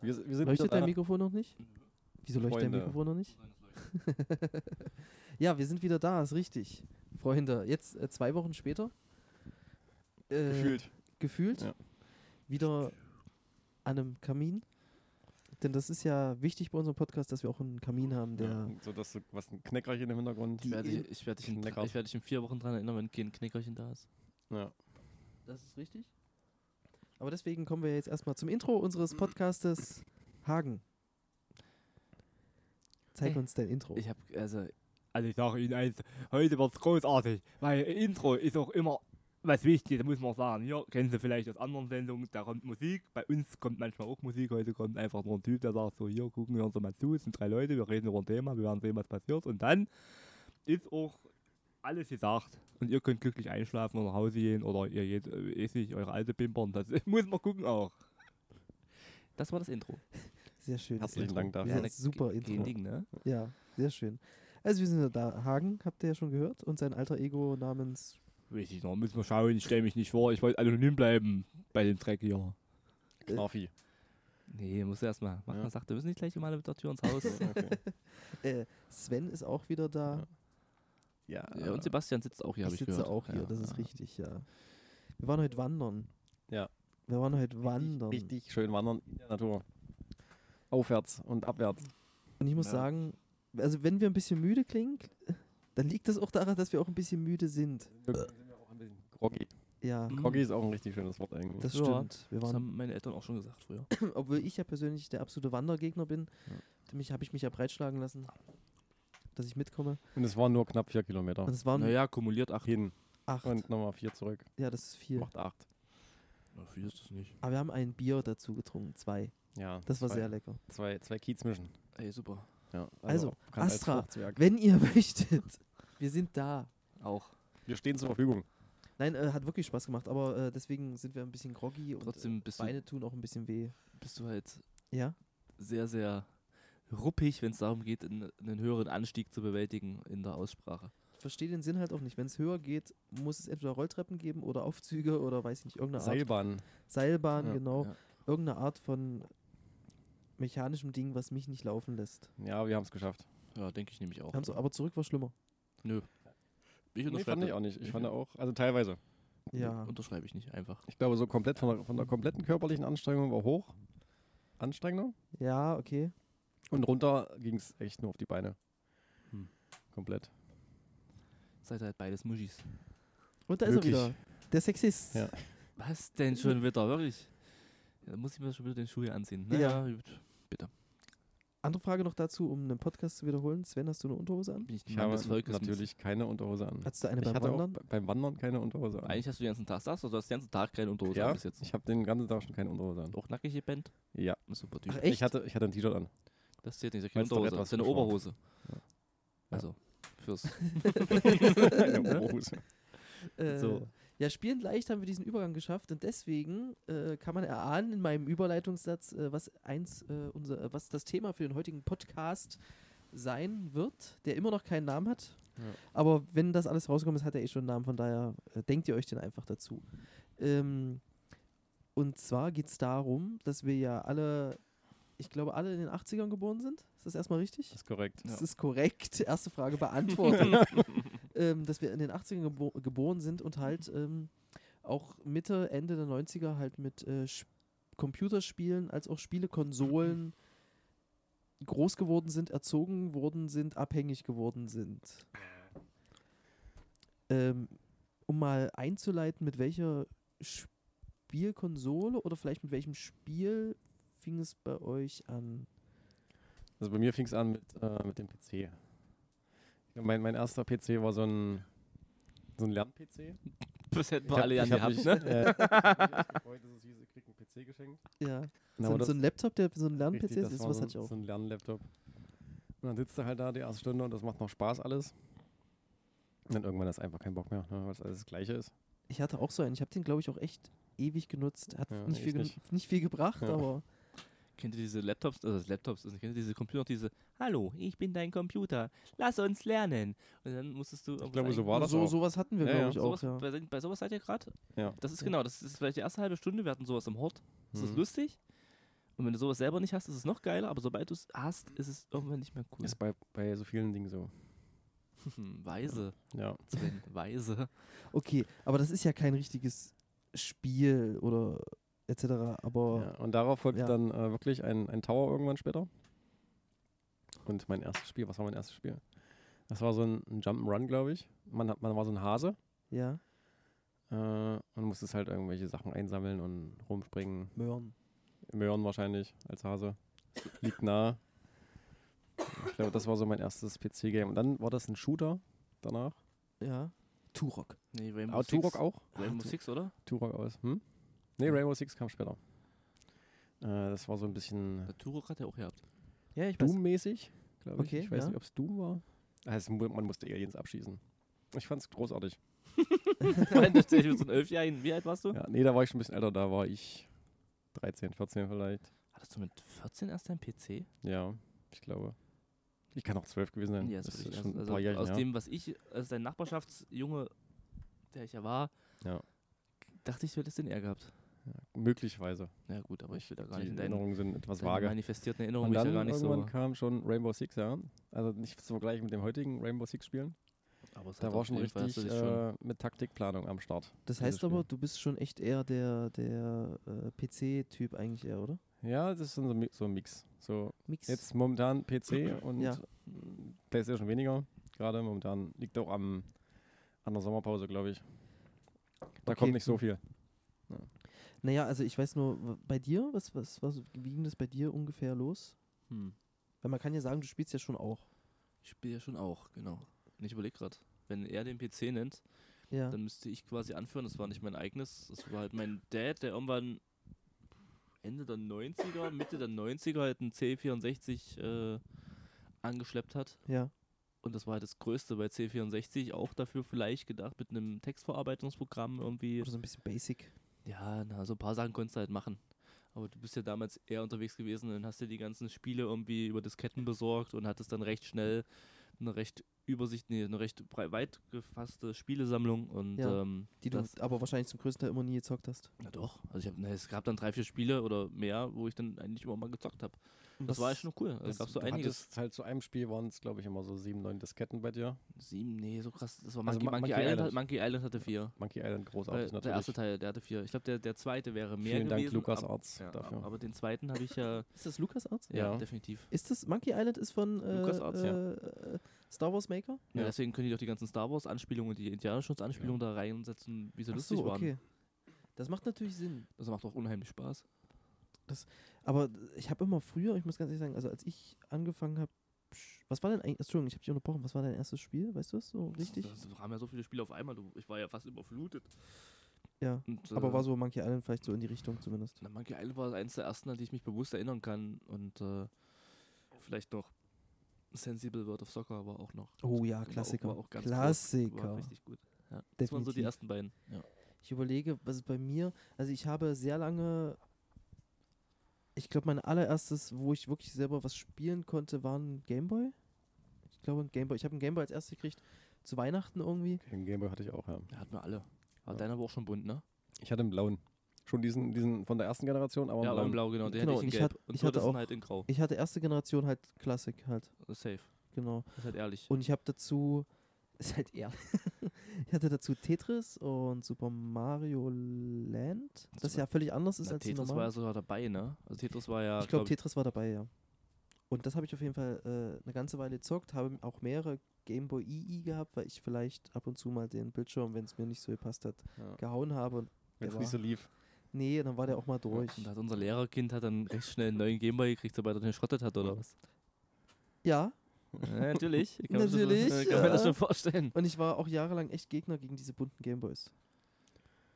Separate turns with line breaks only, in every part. Wir, wir sind
Leuchtet
wieder
dein
da.
Mikrofon noch nicht? Wieso leuchtet dein
Freunde.
Mikrofon noch nicht? ja, wir sind wieder da, ist richtig. Freunde, jetzt äh, zwei Wochen später. äh,
Gefühlt.
Gefühlt.
Ja.
Wieder an einem Kamin. Denn das ist ja wichtig bei unserem Podcast, dass wir auch einen Kamin haben, der.
So, dass du was ein Kneckerchen im Hintergrund.
Ich werde dich, ich werde dich, in,
Lecker.
ich werde dich in vier Wochen dran erinnern, wenn kein Knickerchen da ist.
Ja.
Das ist richtig. Aber deswegen kommen wir jetzt erstmal zum Intro unseres
Mm.
Podcastes. Hagen. Zeig
Hey.
uns dein Intro.
Ich habe also
Also ich sage Ihnen eins, heute wird's großartig, weil Intro ist auch immer was Wichtiges, muss man sagen. Hier kennen Sie vielleicht aus anderen Sendungen, da kommt Musik, bei uns kommt manchmal auch Musik, heute kommt einfach nur ein Typ, der sagt so, hier gucken wir uns mal zu, es sind drei Leute, wir reden über ein Thema, wir werden sehen, was passiert und dann ist auch alles gesagt und ihr könnt glücklich einschlafen oder nach Hause gehen oder ihr geht, äh, eh sich eure alte pimpern, das muss man gucken auch.
das war das Intro.
Sehr schön.
Herzlichen Dank
Ja,
dafür.
das ist super
Ge-
Intro.
gehen Ding, ne?
Ja, sehr schön. Also wir sind ja da. Hagen, habt ihr ja schon gehört. Und sein alter Ego namens...
Weiß ich noch, müssen wir schauen, ich stelle mich nicht vor, ich wollte anonym bleiben bei dem Track hier.
Knaffi.
Nee, musst du erstmal. Mach
Ja.
mal sagt, wir müssen nicht gleich mal mit der Tür ins Haus.
Okay.
Äh, Sven ist auch wieder da.
Ja.
ja, und Sebastian sitzt auch hier, habe
ich
ich
sitze
gehört.
auch hier,
ja.
das ist richtig, ja. Wir waren heute wandern.
Ja.
Wir waren heute wandern.
Richtig, richtig schön wandern in der Natur. Aufwärts und abwärts.
Und ich muss
Ja.
sagen, also wenn wir ein bisschen müde klingen, dann liegt das auch daran, dass wir auch ein bisschen müde sind.
Groggy.
Ja,
Mhm.
Groggy ist auch ein richtig schönes Wort eigentlich.
das
Ja.
stimmt. Wir
Das
waren,
haben meine Eltern auch schon gesagt früher.
obwohl ich ja persönlich der absolute Wandergegner bin,
Ja.
mich habe ich mich ja breitschlagen lassen, dass ich mitkomme.
Und es waren nur knapp vier Kilometer.
Und es waren
Naja, kumuliert 8.
Hin
acht.
und nochmal vier zurück.
ja, das ist viel.
Macht acht.
Na, viel ist das nicht.
Aber wir haben ein Bier dazu getrunken, zwei.
Ja.
Das war
zwei,
sehr lecker.
Zwei, zwei Kiezmischen.
Ey, super.
Ja,
Also,
auch bekannt als
Astra.
Fruchtzwerg.
Wenn ihr möchtet, wir sind da.
Auch.
Wir stehen zur Verfügung.
Nein, äh, hat wirklich Spaß gemacht, aber äh, deswegen sind wir ein bisschen groggy und
Trotzdem bist
äh, Beine tun auch ein bisschen weh.
du, bist du halt
Ja,
sehr, sehr ruppig, wenn es darum geht, einen, einen höheren Anstieg zu bewältigen in der Aussprache.
ich verstehe den Sinn halt auch nicht. Wenn es höher geht, muss es entweder Rolltreppen geben oder Aufzüge oder weiß ich nicht, irgendeine Art
Seilbahn.
Seilbahn,
Ja,
genau.
ja.
Irgendeine Art von mechanischem Ding, was mich nicht laufen lässt.
Ja, wir haben es geschafft.
Ja, denke ich nämlich auch.
Haben's- aber zurück war schlimmer.
Ich
Nee, fand ich auch nicht. Ich fand auch, also teilweise.
Ja.
Unterschreibe ich nicht einfach.
Ich glaube, so komplett von der, von der kompletten körperlichen Anstrengung war hoch. Anstrengender.
Ja, okay.
Und runter ging es echt nur auf die Beine.
Hm.
Komplett.
Seid halt beides Muschis.
Und da ist
Wirklich.
er wieder. Der Sexist.
Ja.
Was denn schon wieder, wirklich? Ja, da muss ich mir schon wieder den Schuh hier anziehen. Naja, ja. gut.
Andere Frage noch dazu, um einen Podcast zu wiederholen. Sven, hast du eine Unterhose an?
Bin ich ein
Ich
Mann
habe
des Volkes.
natürlich keine Unterhose an.
Hattest du eine
ich
beim
hatte
Wandern?
auch be- beim Wandern keine Unterhose an.
Eigentlich hast du den ganzen Tag, sagst du, du hast den ganzen Tag keine Unterhose
ja,
an bis jetzt.
ich habe den ganzen Tag schon keine Unterhose an.
auch nackig gepennt.
Ja,
Ein super Typ.
Ach,
ich
echt?
hatte, ich hatte ein T-Shirt an.
Das zählt nicht, das ist keine
Meinst du doch
Unterhose, das
etwas
ist eine
beschraubt?
Oberhose.
Ja.
Also, fürs.
Eine Unterhose.
Äh,
So.
Ja, spielend leicht haben wir diesen Übergang geschafft und deswegen äh, kann man erahnen in meinem Überleitungssatz, äh, was eins äh, unser, äh, was das Thema für den heutigen Podcast sein wird, der immer noch keinen Namen hat.
Ja.
Aber wenn das alles rausgekommen ist, hat er eh schon einen Namen, von daher äh, denkt ihr euch den einfach dazu. Ähm, und zwar geht es darum, dass wir ja alle, ich glaube, alle in den 80ern geboren sind. Ist das erstmal richtig?
Das ist korrekt.
Das
Ja.
ist korrekt. Erste Frage beantwortet. ähm, dass wir in den 80ern gebo geboren sind und halt ähm, auch Mitte, Ende der 90er halt mit äh, Sch- Computerspielen als auch Spielekonsolen groß geworden sind, erzogen worden sind, abhängig geworden sind. Ähm, um mal einzuleiten, mit welcher Spielkonsole oder vielleicht mit welchem Spiel fing es bei euch an?
Also bei mir fing es an mit, äh, mit dem PC. Ich glaub, Mein, mein erster PC war so ein, so ein Lern-PC.
Das hätten wir
hab-
alle ja
ich hab
gehabt,
mich,
ne?
äh, ich hab mich echt gefreut, dass es hieß, ihr kriegt einen PC geschenkt.
Ja.
Na,
so,
aber
ein- so ein Laptop, der so ein Lern-PC
Richtig,
ist,
war
was
so,
hatte
ein-
ich auch.
So ein Lernlaptop. Und dann sitzt du halt da die erste Stunde und das macht noch Spaß alles. Und dann irgendwann hast du einfach keinen Bock mehr, ne, weil es alles das Gleiche ist.
Ich hatte auch so einen. Ich habe den, glaube ich, auch echt ewig genutzt. Hat
Ja,
nicht,
ich
viel gen-
nicht.
nicht viel gebracht,
Ja.
aber
Kennt ihr diese Laptops, also das Laptops, also kennt ihr diese Computer, diese Hallo, ich bin dein Computer, lass uns lernen. Und dann musstest du. irgendwas
glaube, so
eingeben.
war das
so,
auch.
sowas hatten wir,
Ja,
glaube
ja.
ich,
Sowas,
auch. Ja.
bei, bei sowas seid ihr gerade?
Ja.
Das ist
Ja.
genau, das ist vielleicht die erste halbe Stunde, wir hatten sowas im Hort. Ist das
Mhm.
lustig? Und wenn du sowas selber nicht hast, ist es noch geiler, aber sobald du es hast, ist es irgendwann nicht mehr cool.
Ist bei, bei so vielen Dingen so.
Weise,
Ja.
Sven, weise.
Okay, aber das ist ja kein richtiges Spiel oder etc. Aber
ja. Und darauf folgt
Oh. Ja.
dann äh, wirklich ein, ein Tower irgendwann später. Und mein erstes Spiel, was war mein erstes Spiel? Das war so ein, ein Jump'n'Run, glaube ich. Man, hat, man war so ein Hase
ja,
äh, und musste es halt irgendwelche Sachen einsammeln und rumspringen.
Möhren.
Möhren wahrscheinlich als Hase. Liegt nah. Ich glaube, das war so mein erstes PC-Game. Und dann war das ein Shooter danach.
Ja. Turok.
Nee, Rainbow
Aber Turok auch?
Rainbow Six, oder?
Turok aus. Hm? Nee, Rainbow Six kam später. Äh, das war so ein bisschen
Der Turok hat er auch gehabt.
Ja, ich weiß.
Doom-mäßig, glaube ich.
Okay,
ich weiß
ja.
nicht, ob es Doom war. Also, man musste Aliens abschießen. Ich fand es großartig.
Ich meine, da stell ich mir so einen Elfjährigen. Wie alt warst du?
Ja, nee, da war ich schon ein bisschen älter. Da war ich 13, 14 vielleicht.
Hattest du mit 14 erst deinen PC?
Ja, ich glaube. Ich kann auch 12 gewesen sein.
Ja, das
das
würde
ist
ich
schon
erst-
ein
also
paar Jahre
Aus
her.
dem, was ich, als dein Nachbarschaftsjunge, der ich ja war,
Ja.
dachte ich, du hättest den eher gehabt.
Möglicherweise.
Ja gut, aber ich will da gar
Die
nicht in deinen
Erinnerungen sind etwas
deine
vage.
manifestierten Erinnerungen
Und
bin ich
dann
ja gar nicht
irgendwann
so.
kam schon Rainbow Six, ja. Also nicht zu vergleichen mit dem heutigen Rainbow Six-Spielen.
Aber es
Da
hat
war
auf
schon
jeden Fall, hast
richtig
du dich
äh, mit Taktikplanung am Start.
Das
dieses
heißt aber,
Spiel.
du bist schon echt eher der, der äh, PC-Typ eigentlich eher, oder?
Ja, das ist so ein, Mi- so ein Mix. So
Mix.
jetzt momentan PC und
Ja.
mm, PlayStation weniger. Gerade momentan liegt auch am, an der Sommerpause, glaube ich. Da
Okay.
kommt nicht so viel.
Naja, also ich weiß nur, w- bei dir, was, was, was, wie ging das bei dir ungefähr los?
hm.
Weil man kann ja sagen, du spielst ja schon auch.
Ich spiele ja schon auch, genau. Und ich überlege gerade, wenn er den PC nennt,
Ja.
dann müsste ich quasi anführen, das war nicht mein eigenes, das war halt mein Dad, der irgendwann Ende der 90er, Mitte der 90er halt einen C64 äh, angeschleppt hat.
Ja.
Und das war halt das Größte bei C64, auch dafür vielleicht gedacht, mit einem Textverarbeitungsprogramm irgendwie.
Oder so ein bisschen basic.
Ja, na, so ein paar Sachen konntest du halt machen. Aber du bist ja damals eher unterwegs gewesen und hast dir die ganzen Spiele irgendwie über Disketten besorgt und hattest dann recht schnell eine recht Übersicht, nee, eine recht brei- weit gefasste Spielesammlung und
Ja,
ähm,
Die du
das,
aber wahrscheinlich zum größten Teil immer nie gezockt hast.
na doch, also ich hab, na, es gab dann drei, vier Spiele oder mehr, wo ich dann eigentlich immer mal gezockt habe. Das war echt schon cool. Also gab so
du
einiges.
hattest halt zu einem Spiel waren es, glaube ich, immer so sieben, neun Disketten bei dir.
Sieben, nee, so krass. Das war
Also Mon-
Monkey, Monkey,
Monkey
Island,
Island.
Monkey Island hatte vier.
Monkey Island
Äh,
großartig
der
natürlich.
erste Teil, der hatte vier. Ich glaube, der, der zweite wäre mehr
Vielen Dank
gewesen.
Lukas
ab-
Arts
ja,
dafür.
ab- Aber den zweiten habe ich ja,
Ist das LucasArts?
ja,
Ja.
definitiv.
Ist das Monkey Island ist von äh,
LucasArts,
äh,
ja.
äh, Star Wars Maker?
Ja.
Ja.
deswegen können die doch die ganzen Star Wars Anspielungen und die Indiana Jones Anspielungen da reinsetzen, wie sie
Ach
lustig
so,
waren.
okay. Das macht natürlich Sinn.
Das macht auch unheimlich Spaß.
Aber d- ich habe immer früher, ich muss ganz ehrlich sagen, also als ich angefangen habe, was war denn eigentlich, Entschuldigung, ich habe dich unterbrochen, was war dein erstes Spiel, weißt du das so richtig?
Das, das haben ja so viele Spiele auf einmal. Du, ich war ja fast überflutet.
Ja,
Und,
aber
äh,
war so Monkey Island vielleicht so in die Richtung zumindest.
Na, Monkey Island war eins der ersten, an die ich mich bewusst erinnern kann. Und äh, vielleicht noch Sensible World of Soccer war auch noch.
Oh ja,
War auch-
Klassiker.
War auch ganz groß. War
Klassiker.
richtig gut. Ja. Das waren so die
Definitiv.
ersten beiden. Ja.
Ich überlege, was ist bei mir, also ich habe sehr lange, ich glaube mein allererstes, wo ich wirklich selber was spielen konnte, war ein Gameboy. Ich glaube ein Gameboy, ich habe einen Gameboy als erstes gekriegt, zu Weihnachten irgendwie.
Den Gameboy hatte ich auch, ja.
Ja, hatten wir alle. Aber
Ja.
deiner war auch schon bunt, ne?
Ich hatte einen blauen. Schon diesen, diesen von der ersten Generation, aber
ja,
einen blauen.
aber in blau, genau. Den
Genau,
hatte ich
und
in
ich
gelb.
hatte-
und
ich hatte
Toddesten
auch-
halt in grau.
Ich hatte erste Generation halt Klassik halt,
Safe.
genau.
Das ist halt ehrlich.
Und ich habe dazu, ist halt er. ich hatte dazu Tetris und Super Mario Land, das
Super-
ja völlig anders ist
Na,
als die
Tetris war ja
normalen.
sogar dabei, ne? Also Tetris war ja.
ich glaube,
glaub
Tetris war dabei, ja. Und das habe ich auf jeden Fall äh, eine ganze Weile gezockt, habe auch mehrere Game Boy II gehabt, weil ich vielleicht ab und zu mal den Bildschirm, wenn es mir nicht so gepasst hat,
Ja.
gehauen habe. Und
Wenn es
der
nicht so
war-
lief.
nee, dann war der auch mal durch.
Und hat unser Lehrerkind hat dann recht schnell einen neuen Gameboy gekriegt, sobald er den geschrottet hat, oder was?
Ja,
Ja, natürlich. Kann man
Natürlich,
Das schon, kann man das
ja.
schon vorstellen.
und ich war auch jahrelang echt Gegner gegen diese bunten Gameboys.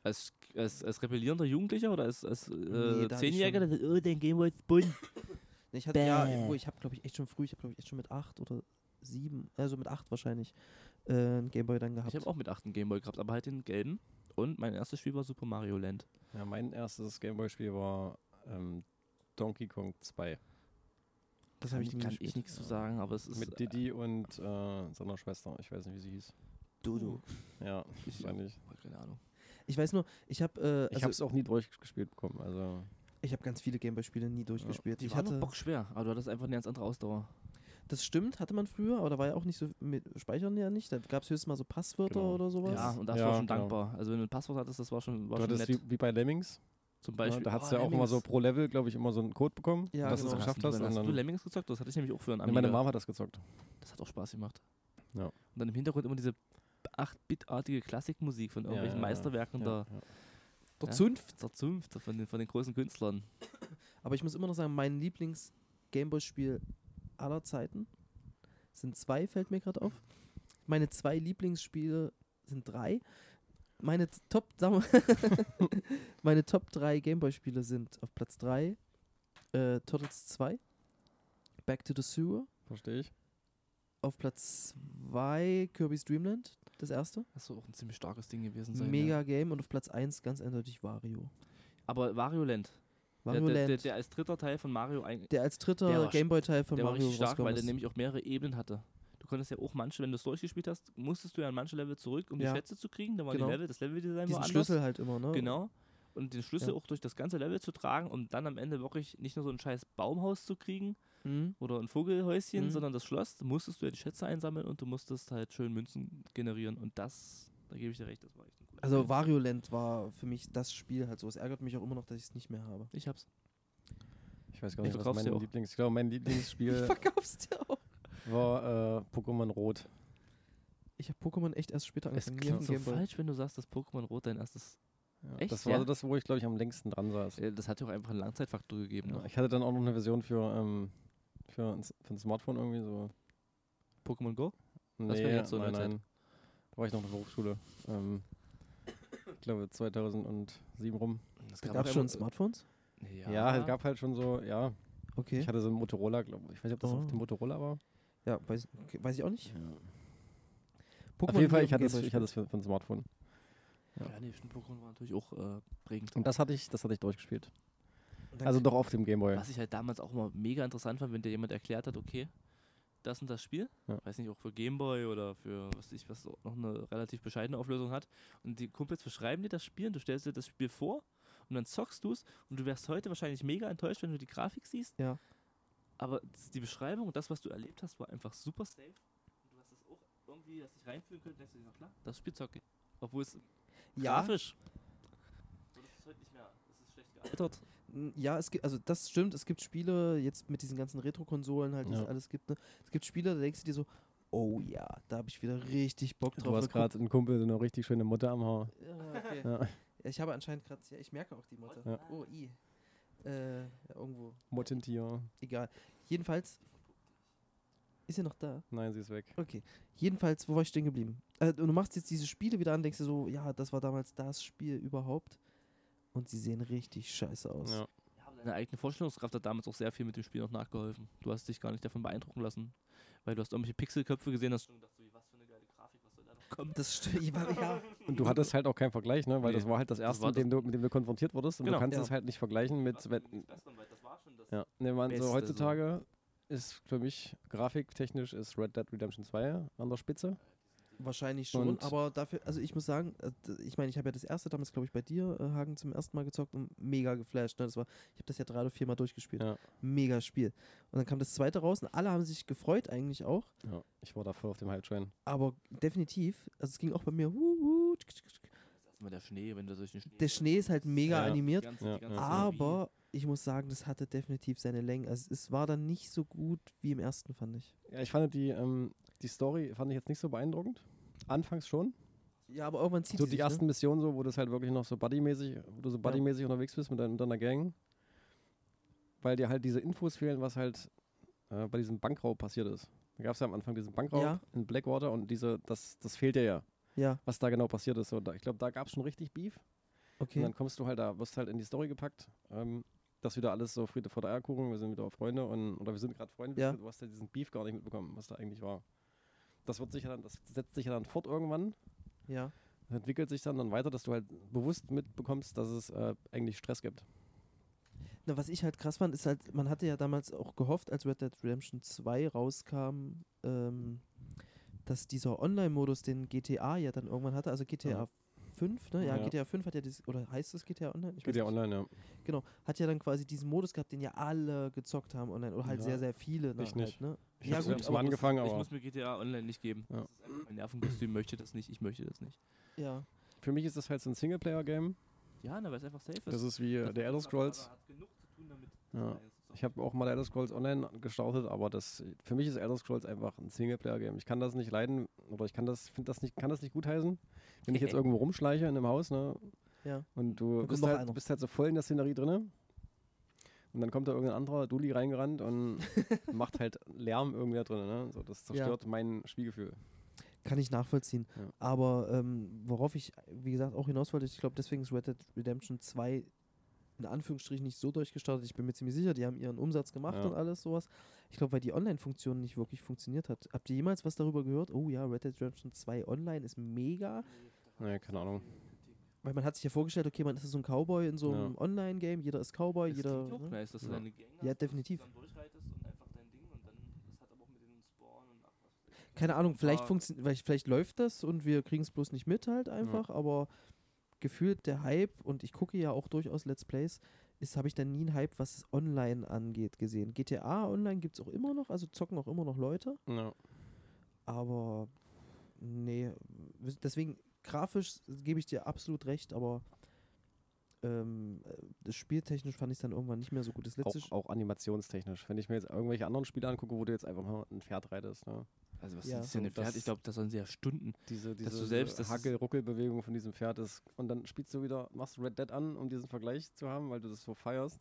Als, als, als rebellierender Jugendlicher oder als, als
Nee,
äh,
da hatte ich
Zehnjähriger,
schon-
der sagt, oh, dein Gameboy ist bunt.
Ich hatte ja,
Bäh.
wo ich habe, glaube ich, echt schon früh, ich habe, glaube ich, echt schon mit acht oder sieben, also mit acht wahrscheinlich, äh, einen Gameboy dann gehabt.
Ich habe auch mit 8 einen Gameboy gehabt, aber halt den gelben. Und mein erstes Spiel war Super Mario Land.
Ja, mein erstes Gameboy-Spiel war ähm, Donkey Kong 2.
Das
Kann
habe
ich-
ich nie
kann
gespielt.
ich nichts zu sagen, aber es ist.
Mit Didi und äh, seiner Schwester. Ich weiß nicht, wie sie hieß.
Dodo.
Ja,
Ich-
wahrscheinlich.
Keine Ahnung.
Ich weiß nur, ich habe, äh,
Ich
also
habe es auch nie durchgespielt bekommen. Also
Ich habe ganz viele Gameboy-Spiele nie durchgespielt.
Die
ich
waren
hatte,
doch bockschwer, aber du hattest einfach eine ganz andere Ausdauer.
das stimmt, hatte man früher, aber da war ja auch nicht so mit Speichern ja nicht. Da gab es höchstens mal so Passwörter
Genau.
oder sowas.
Ja, und das
Ja,
war schon
genau.
dankbar. Also wenn du ein Passwort hattest, das war schon, war
Du
schon
hattest
nett.
wie, wie bei Lemmings,
Zum
ne?
Beispiel.
da hattest
oh,
du ja auch immer so
Lemmings.
pro Level, glaube ich, immer so einen Code bekommen,
Ja,
dass du es
genau.
geschafft
hast,
hast.
du,
Und
hast du
dann,
Lemmings gezockt? Das hatte ich nämlich auch für einen
nee,
Amiga.
meine Mama hat das gezockt.
Das hat auch Spaß gemacht.
Ja.
Und dann im Hintergrund immer diese 8-Bit-artige Klassikmusik von
Ja,
irgendwelchen
ja, ja.
Meisterwerken
Ja,
der,
ja.
Doch
Ja.
Zunft.
der Zunft, von den, von den großen Künstlern.
Aber ich muss immer noch sagen, mein Lieblings-Gameboy-Spiel aller Zeiten sind zwei, fällt mir gerade auf. Meine zwei Lieblingsspiele sind drei. Meine z- Top, sagen wir- meine Top 3 Gameboy-Spiele sind auf Platz 3 äh, Turtles 2, Back to the Sewer,
Verstehe ich.
auf Platz 2 Kirby's Dream Land, das erste.
Das soll auch ein ziemlich starkes Ding gewesen sein. Ja.
Mega Game und auf Platz 1 ganz eindeutig Wario.
Aber Wario Land. Der-
Wario
der, der,
Land,
der als dritter Teil von Mario ein,
der als
der
dritter
war sch-
Gameboy-Teil von
der war
Mario
richtig stark, weil
rausgekommen
der
ist.
nämlich auch mehrere Ebenen hatte. Du konntest ja auch manche, wenn du es durchgespielt hast, musstest du ja an manche Level zurück, um
Ja.
die Schätze zu kriegen. Da war
Genau.
die Level, das Leveldesign war
Diesen
anders.
Schlüssel halt immer, ne?
Genau. Und den Schlüssel
Ja.
auch durch das ganze Level zu tragen, um dann am Ende wirklich nicht nur so ein scheiß Baumhaus zu kriegen
Mhm.
oder ein Vogelhäuschen,
Mhm.
sondern das Schloss, da musstest du ja die Schätze einsammeln und du musstest halt schön Münzen generieren. Und das, da gebe ich dir recht, das war echt ein guter
Also
Teil.
Wario Land war für mich das Spiel halt so. Es ärgert mich auch immer noch, dass ich es nicht mehr habe.
Ich hab's.
Ich weiß gar
Ich
nicht, was
verkauf's
mein
dir auch.
Lieblings... Ich glaube, mein Lieblingsspiel
verkauf's dir auch.
war äh, Pokémon Rot.
Ich habe Pokémon echt erst später
Es
angefangen. Nie auf
klingt
dem
so
Gameboy.
falsch, wenn du sagst, dass Pokémon Rot dein erstes.
Ja,
Echt,
Das war
ja?
so das, wo ich, glaube ich, am längsten dran saß.
Äh, Das hat ja auch einfach einen Langzeitfaktor gegeben.
Ja,
Ne?
ich hatte dann auch noch eine Version für, ähm, für, ein, S- für ein Smartphone irgendwie so.
Pokémon Go?
Nee,
Das wär jetzt so
nein,
eine Zeit.
nein. Da war ich noch in der Berufsschule. Ähm, ich glaube 2007 rum.
Das
Da gab
auch
es schon
immer-
Smartphones?
Ja,
Ja. es gab halt schon so, ja,
Okay.
ich hatte so ein Motorola, glaube ich. Ich weiß nicht, ob das
Oh.
auf dem Motorola war.
Ja, weiß, weiß ich auch nicht.
auf jeden Fall,
nie
ich hatte,
dem
es, ich
Gameboy
hatte es für, für ein Smartphone.
Ja, nee, stimmt, Pokémon war natürlich auch äh, prägend.
Und das hatte ich, das hatte ich durchgespielt.
gespielt.
Also doch auf dem Gameboy.
Was ich halt damals auch immer mega interessant fand, wenn dir jemand erklärt hat, okay, das und das Spiel,
Ja.
weiß nicht, auch für Gameboy oder für was weiß ich was auch noch eine relativ bescheidene Auflösung hat. Und die Kumpels beschreiben dir das Spiel und du stellst dir das Spiel vor und dann zockst du es und du wärst heute wahrscheinlich mega enttäuscht, wenn du die Grafik siehst.
Ja.
Aber s- die Beschreibung und das, was du erlebt hast, war einfach super safe. Und du hast es auch irgendwie, dass dich reinfühlen können, denkst du dir, na klar, das Spiel zocke. ich. Obwohl es
ja,
grafisch. So, das ist heute nicht mehr, das ist schlecht gealtert.
n- ja, es gibt, also das stimmt, es gibt Spiele, jetzt mit diesen ganzen Retro-Konsolen halt, die es
Ja.
alles gibt, ne? Es gibt Spiele, da denkst du dir so, oh ja, da habe ich wieder richtig Bock drauf.
du hast
Da guck-
gerade einen Kumpel, so eine richtig schöne Mutter am Haar.
Ja, okay.
Ja.
Ja, ich habe anscheinend gerade, ja, ich merke auch die Mutter.
Ja.
Oh, i. Äh, ja, irgendwo.
Muttentier.
Egal. Jedenfalls. Ist sie noch da?
Nein, sie ist weg.
Okay. Jedenfalls, wo war ich stehen geblieben? Äh, und du machst jetzt diese Spiele wieder an, denkst dir so, ja, das war damals das Spiel überhaupt. Und sie sehen richtig scheiße aus.
Ja.
Ja, aber deine eigene Vorstellungskraft hat damals auch sehr viel mit dem Spiel noch nachgeholfen. Du hast dich gar nicht davon beeindrucken lassen, weil du hast irgendwelche Pixelköpfe gesehen hast und gedacht, so, was für eine geile Grafik, was soll da noch kommen?
Das stimmt. Ja,
Und du hattest halt auch keinen Vergleich, ne? Weil
Nee.
das war halt das erste,
war
mit dem, du, mit dem du konfrontiert wurdest. Und
Genau.
du kannst
Ja.
es halt nicht vergleichen mit. Wenn,
das war schon das.
ja. Nee, man,
Beste,
so
so.
heutzutage ist für mich grafiktechnisch ist Red Dead Redemption 2 an der Spitze.
wahrscheinlich schon.
Und-
aber dafür, also ich muss sagen, äh, d- ich meine, ich habe ja das erste damals, glaube ich, bei dir, äh, Hagen, zum ersten Mal gezockt und mega geflasht. Ne? Das war, ich habe das ja drei oder vier Mal durchgespielt.
Ja.
Mega Spiel. Und dann kam das zweite raus und alle haben sich gefreut eigentlich auch.
Ja. Ich war da voll auf dem Hype-Train.
Aber definitiv, also es ging auch bei mir. wuh, wuh, tsk, tsk, tsk.
Erstmal der Schnee, wenn du durch den Schnee.
Der Schnee ist halt mega
Ja.
animiert,
ganze,
Ja, ja.
aber ich muss sagen, das hatte definitiv seine Längen. Also es war dann nicht so gut wie im ersten, fand ich.
Ja, ich fand die, ähm, die Story fand ich jetzt nicht so beeindruckend. Anfangs schon.
Ja, aber irgendwann zieht
So die
sie sich, ne?
ersten Missionen, so, wo das halt wirklich noch so buddymäßig, wo du so buddymäßig unterwegs bist mit dein- mit deiner Gang. Weil dir halt diese Infos fehlen, was halt äh, bei diesem Bankraub passiert ist. Da gab es ja am Anfang diesen Bankraub
Ja.
in Blackwater und diese, das, das fehlt dir ja,
Ne? Ja,
was da genau passiert ist. So, da, ich glaube, da gab es schon richtig Beef. Und
okay.
dann kommst du halt da, wirst halt in die Story gepackt, ähm, dass wieder alles so Friede vor der Eierkuchen, wir sind wieder Freunde und oder wir sind gerade Freunde,
Ja.
du hast ja diesen Beef gar nicht mitbekommen, was da eigentlich war. Das wird sich ja dann, das setzt sich ja dann fort irgendwann,
Ja.
das entwickelt sich dann, dann weiter, dass du halt bewusst mitbekommst, dass es äh, eigentlich Stress gibt.
Na, was ich halt krass fand, ist halt, man hatte ja damals auch gehofft, als Red Dead Redemption 2 rauskam, ähm, dass dieser Online-Modus, den GTA ja dann irgendwann hatte, also GTA 5, ne? Ja,
Mhm. Ja.
GTA 5 hat ja dieses, oder heißt es GTA Online? Ich weiß
GTA
nicht.
Online, ja.
Genau, hat ja dann quasi diesen Modus gehabt, den ja alle gezockt haben online oder halt
Ja.
sehr, sehr viele. Ne,
Ich
halt,
nicht.
Ne?
Ich
Ja,
hab's,
gut,
hab's
aber
mal angefangen,
Ich
aber
muss mir GTA Online nicht geben.
Ja.
Das ist einfach mein Nervenkostüm möchte das nicht, ich möchte das nicht.
Ja,
für mich ist das halt so ein Singleplayer-Game.
Ja, na, weil es einfach safe ist.
Das ist wie äh, der Elder Scrolls.
Hat genug zu tun damit.
Ja. Ich habe auch mal Elder Scrolls Online gestartet, aber das für mich ist Elder Scrolls einfach ein Singleplayer-Game. Ich kann das nicht leiden oder ich kann das, finde das nicht, kann das nicht gutheißen, wenn ich jetzt irgendwo rumschleiche in einem Haus, ne?
Ja.
Und du
kommt
bist
noch
halt,
einer.
bist halt so voll in der Szenerie drinne. Und dann kommt da irgendein anderer Dulli reingerannt und macht halt Lärm irgendwer drin. Ne? So, das
Ja.
zerstört mein Spielgefühl.
kann ich nachvollziehen.
Ja.
Aber ähm, worauf ich, wie gesagt, auch hinaus wollte, ich glaube, deswegen ist Red Dead Redemption 2 in Anführungsstrichen nicht so durchgestartet. Ich bin mir ziemlich sicher, die haben ihren Umsatz gemacht
Ja.
und alles sowas. Ich glaube, weil die Online-Funktion nicht wirklich funktioniert hat. Habt ihr jemals was darüber gehört? Oh ja, Red Dead Redemption 2 Online ist mega.
Naja, keine Ahnung.
Weil man hat sich ja vorgestellt, okay, man ist so ein Cowboy in so
Ja.
einem Online-Game, jeder ist Cowboy,
Das
jeder.
klingt auch
Ne?
nice, dass du
Ja.
deine Gang hast,
Ja,
dass du
definitiv.
dann durchreitest und einfach dein Ding und dann, das hat aber auch mit dem Spawn und ach, was weiß ich.
Keine Ahnung, vielleicht,
Ah.
funktio- vielleicht, vielleicht läuft das und wir kriegen es bloß nicht mit halt einfach, aber gefühlt der Hype und ich gucke ja auch durchaus Let's Plays, ist habe ich dann nie einen Hype, was es online angeht, gesehen. GTA Online gibt es auch immer noch, also zocken auch immer noch Leute,
Ja.
aber nee, wis- deswegen grafisch gebe ich dir absolut recht, aber ähm, äh, das spieltechnisch fand ich dann irgendwann nicht mehr so gut. Das letzte
Auch, auch animationstechnisch. Wenn ich mir jetzt irgendwelche anderen Spiele angucke, wo du jetzt einfach mal ein Pferd reitest. Ne?
Also was
Ja.
ist denn ein
So, das-
Pferd? Ich glaube, das sind ja Stunden.
diese, diese
du selbst- das ist-
Hackel-Ruckel-Bewegung von diesem Pferd ist. Und dann spielst du wieder, machst Red Dead an, um diesen Vergleich zu haben, weil du das so feierst.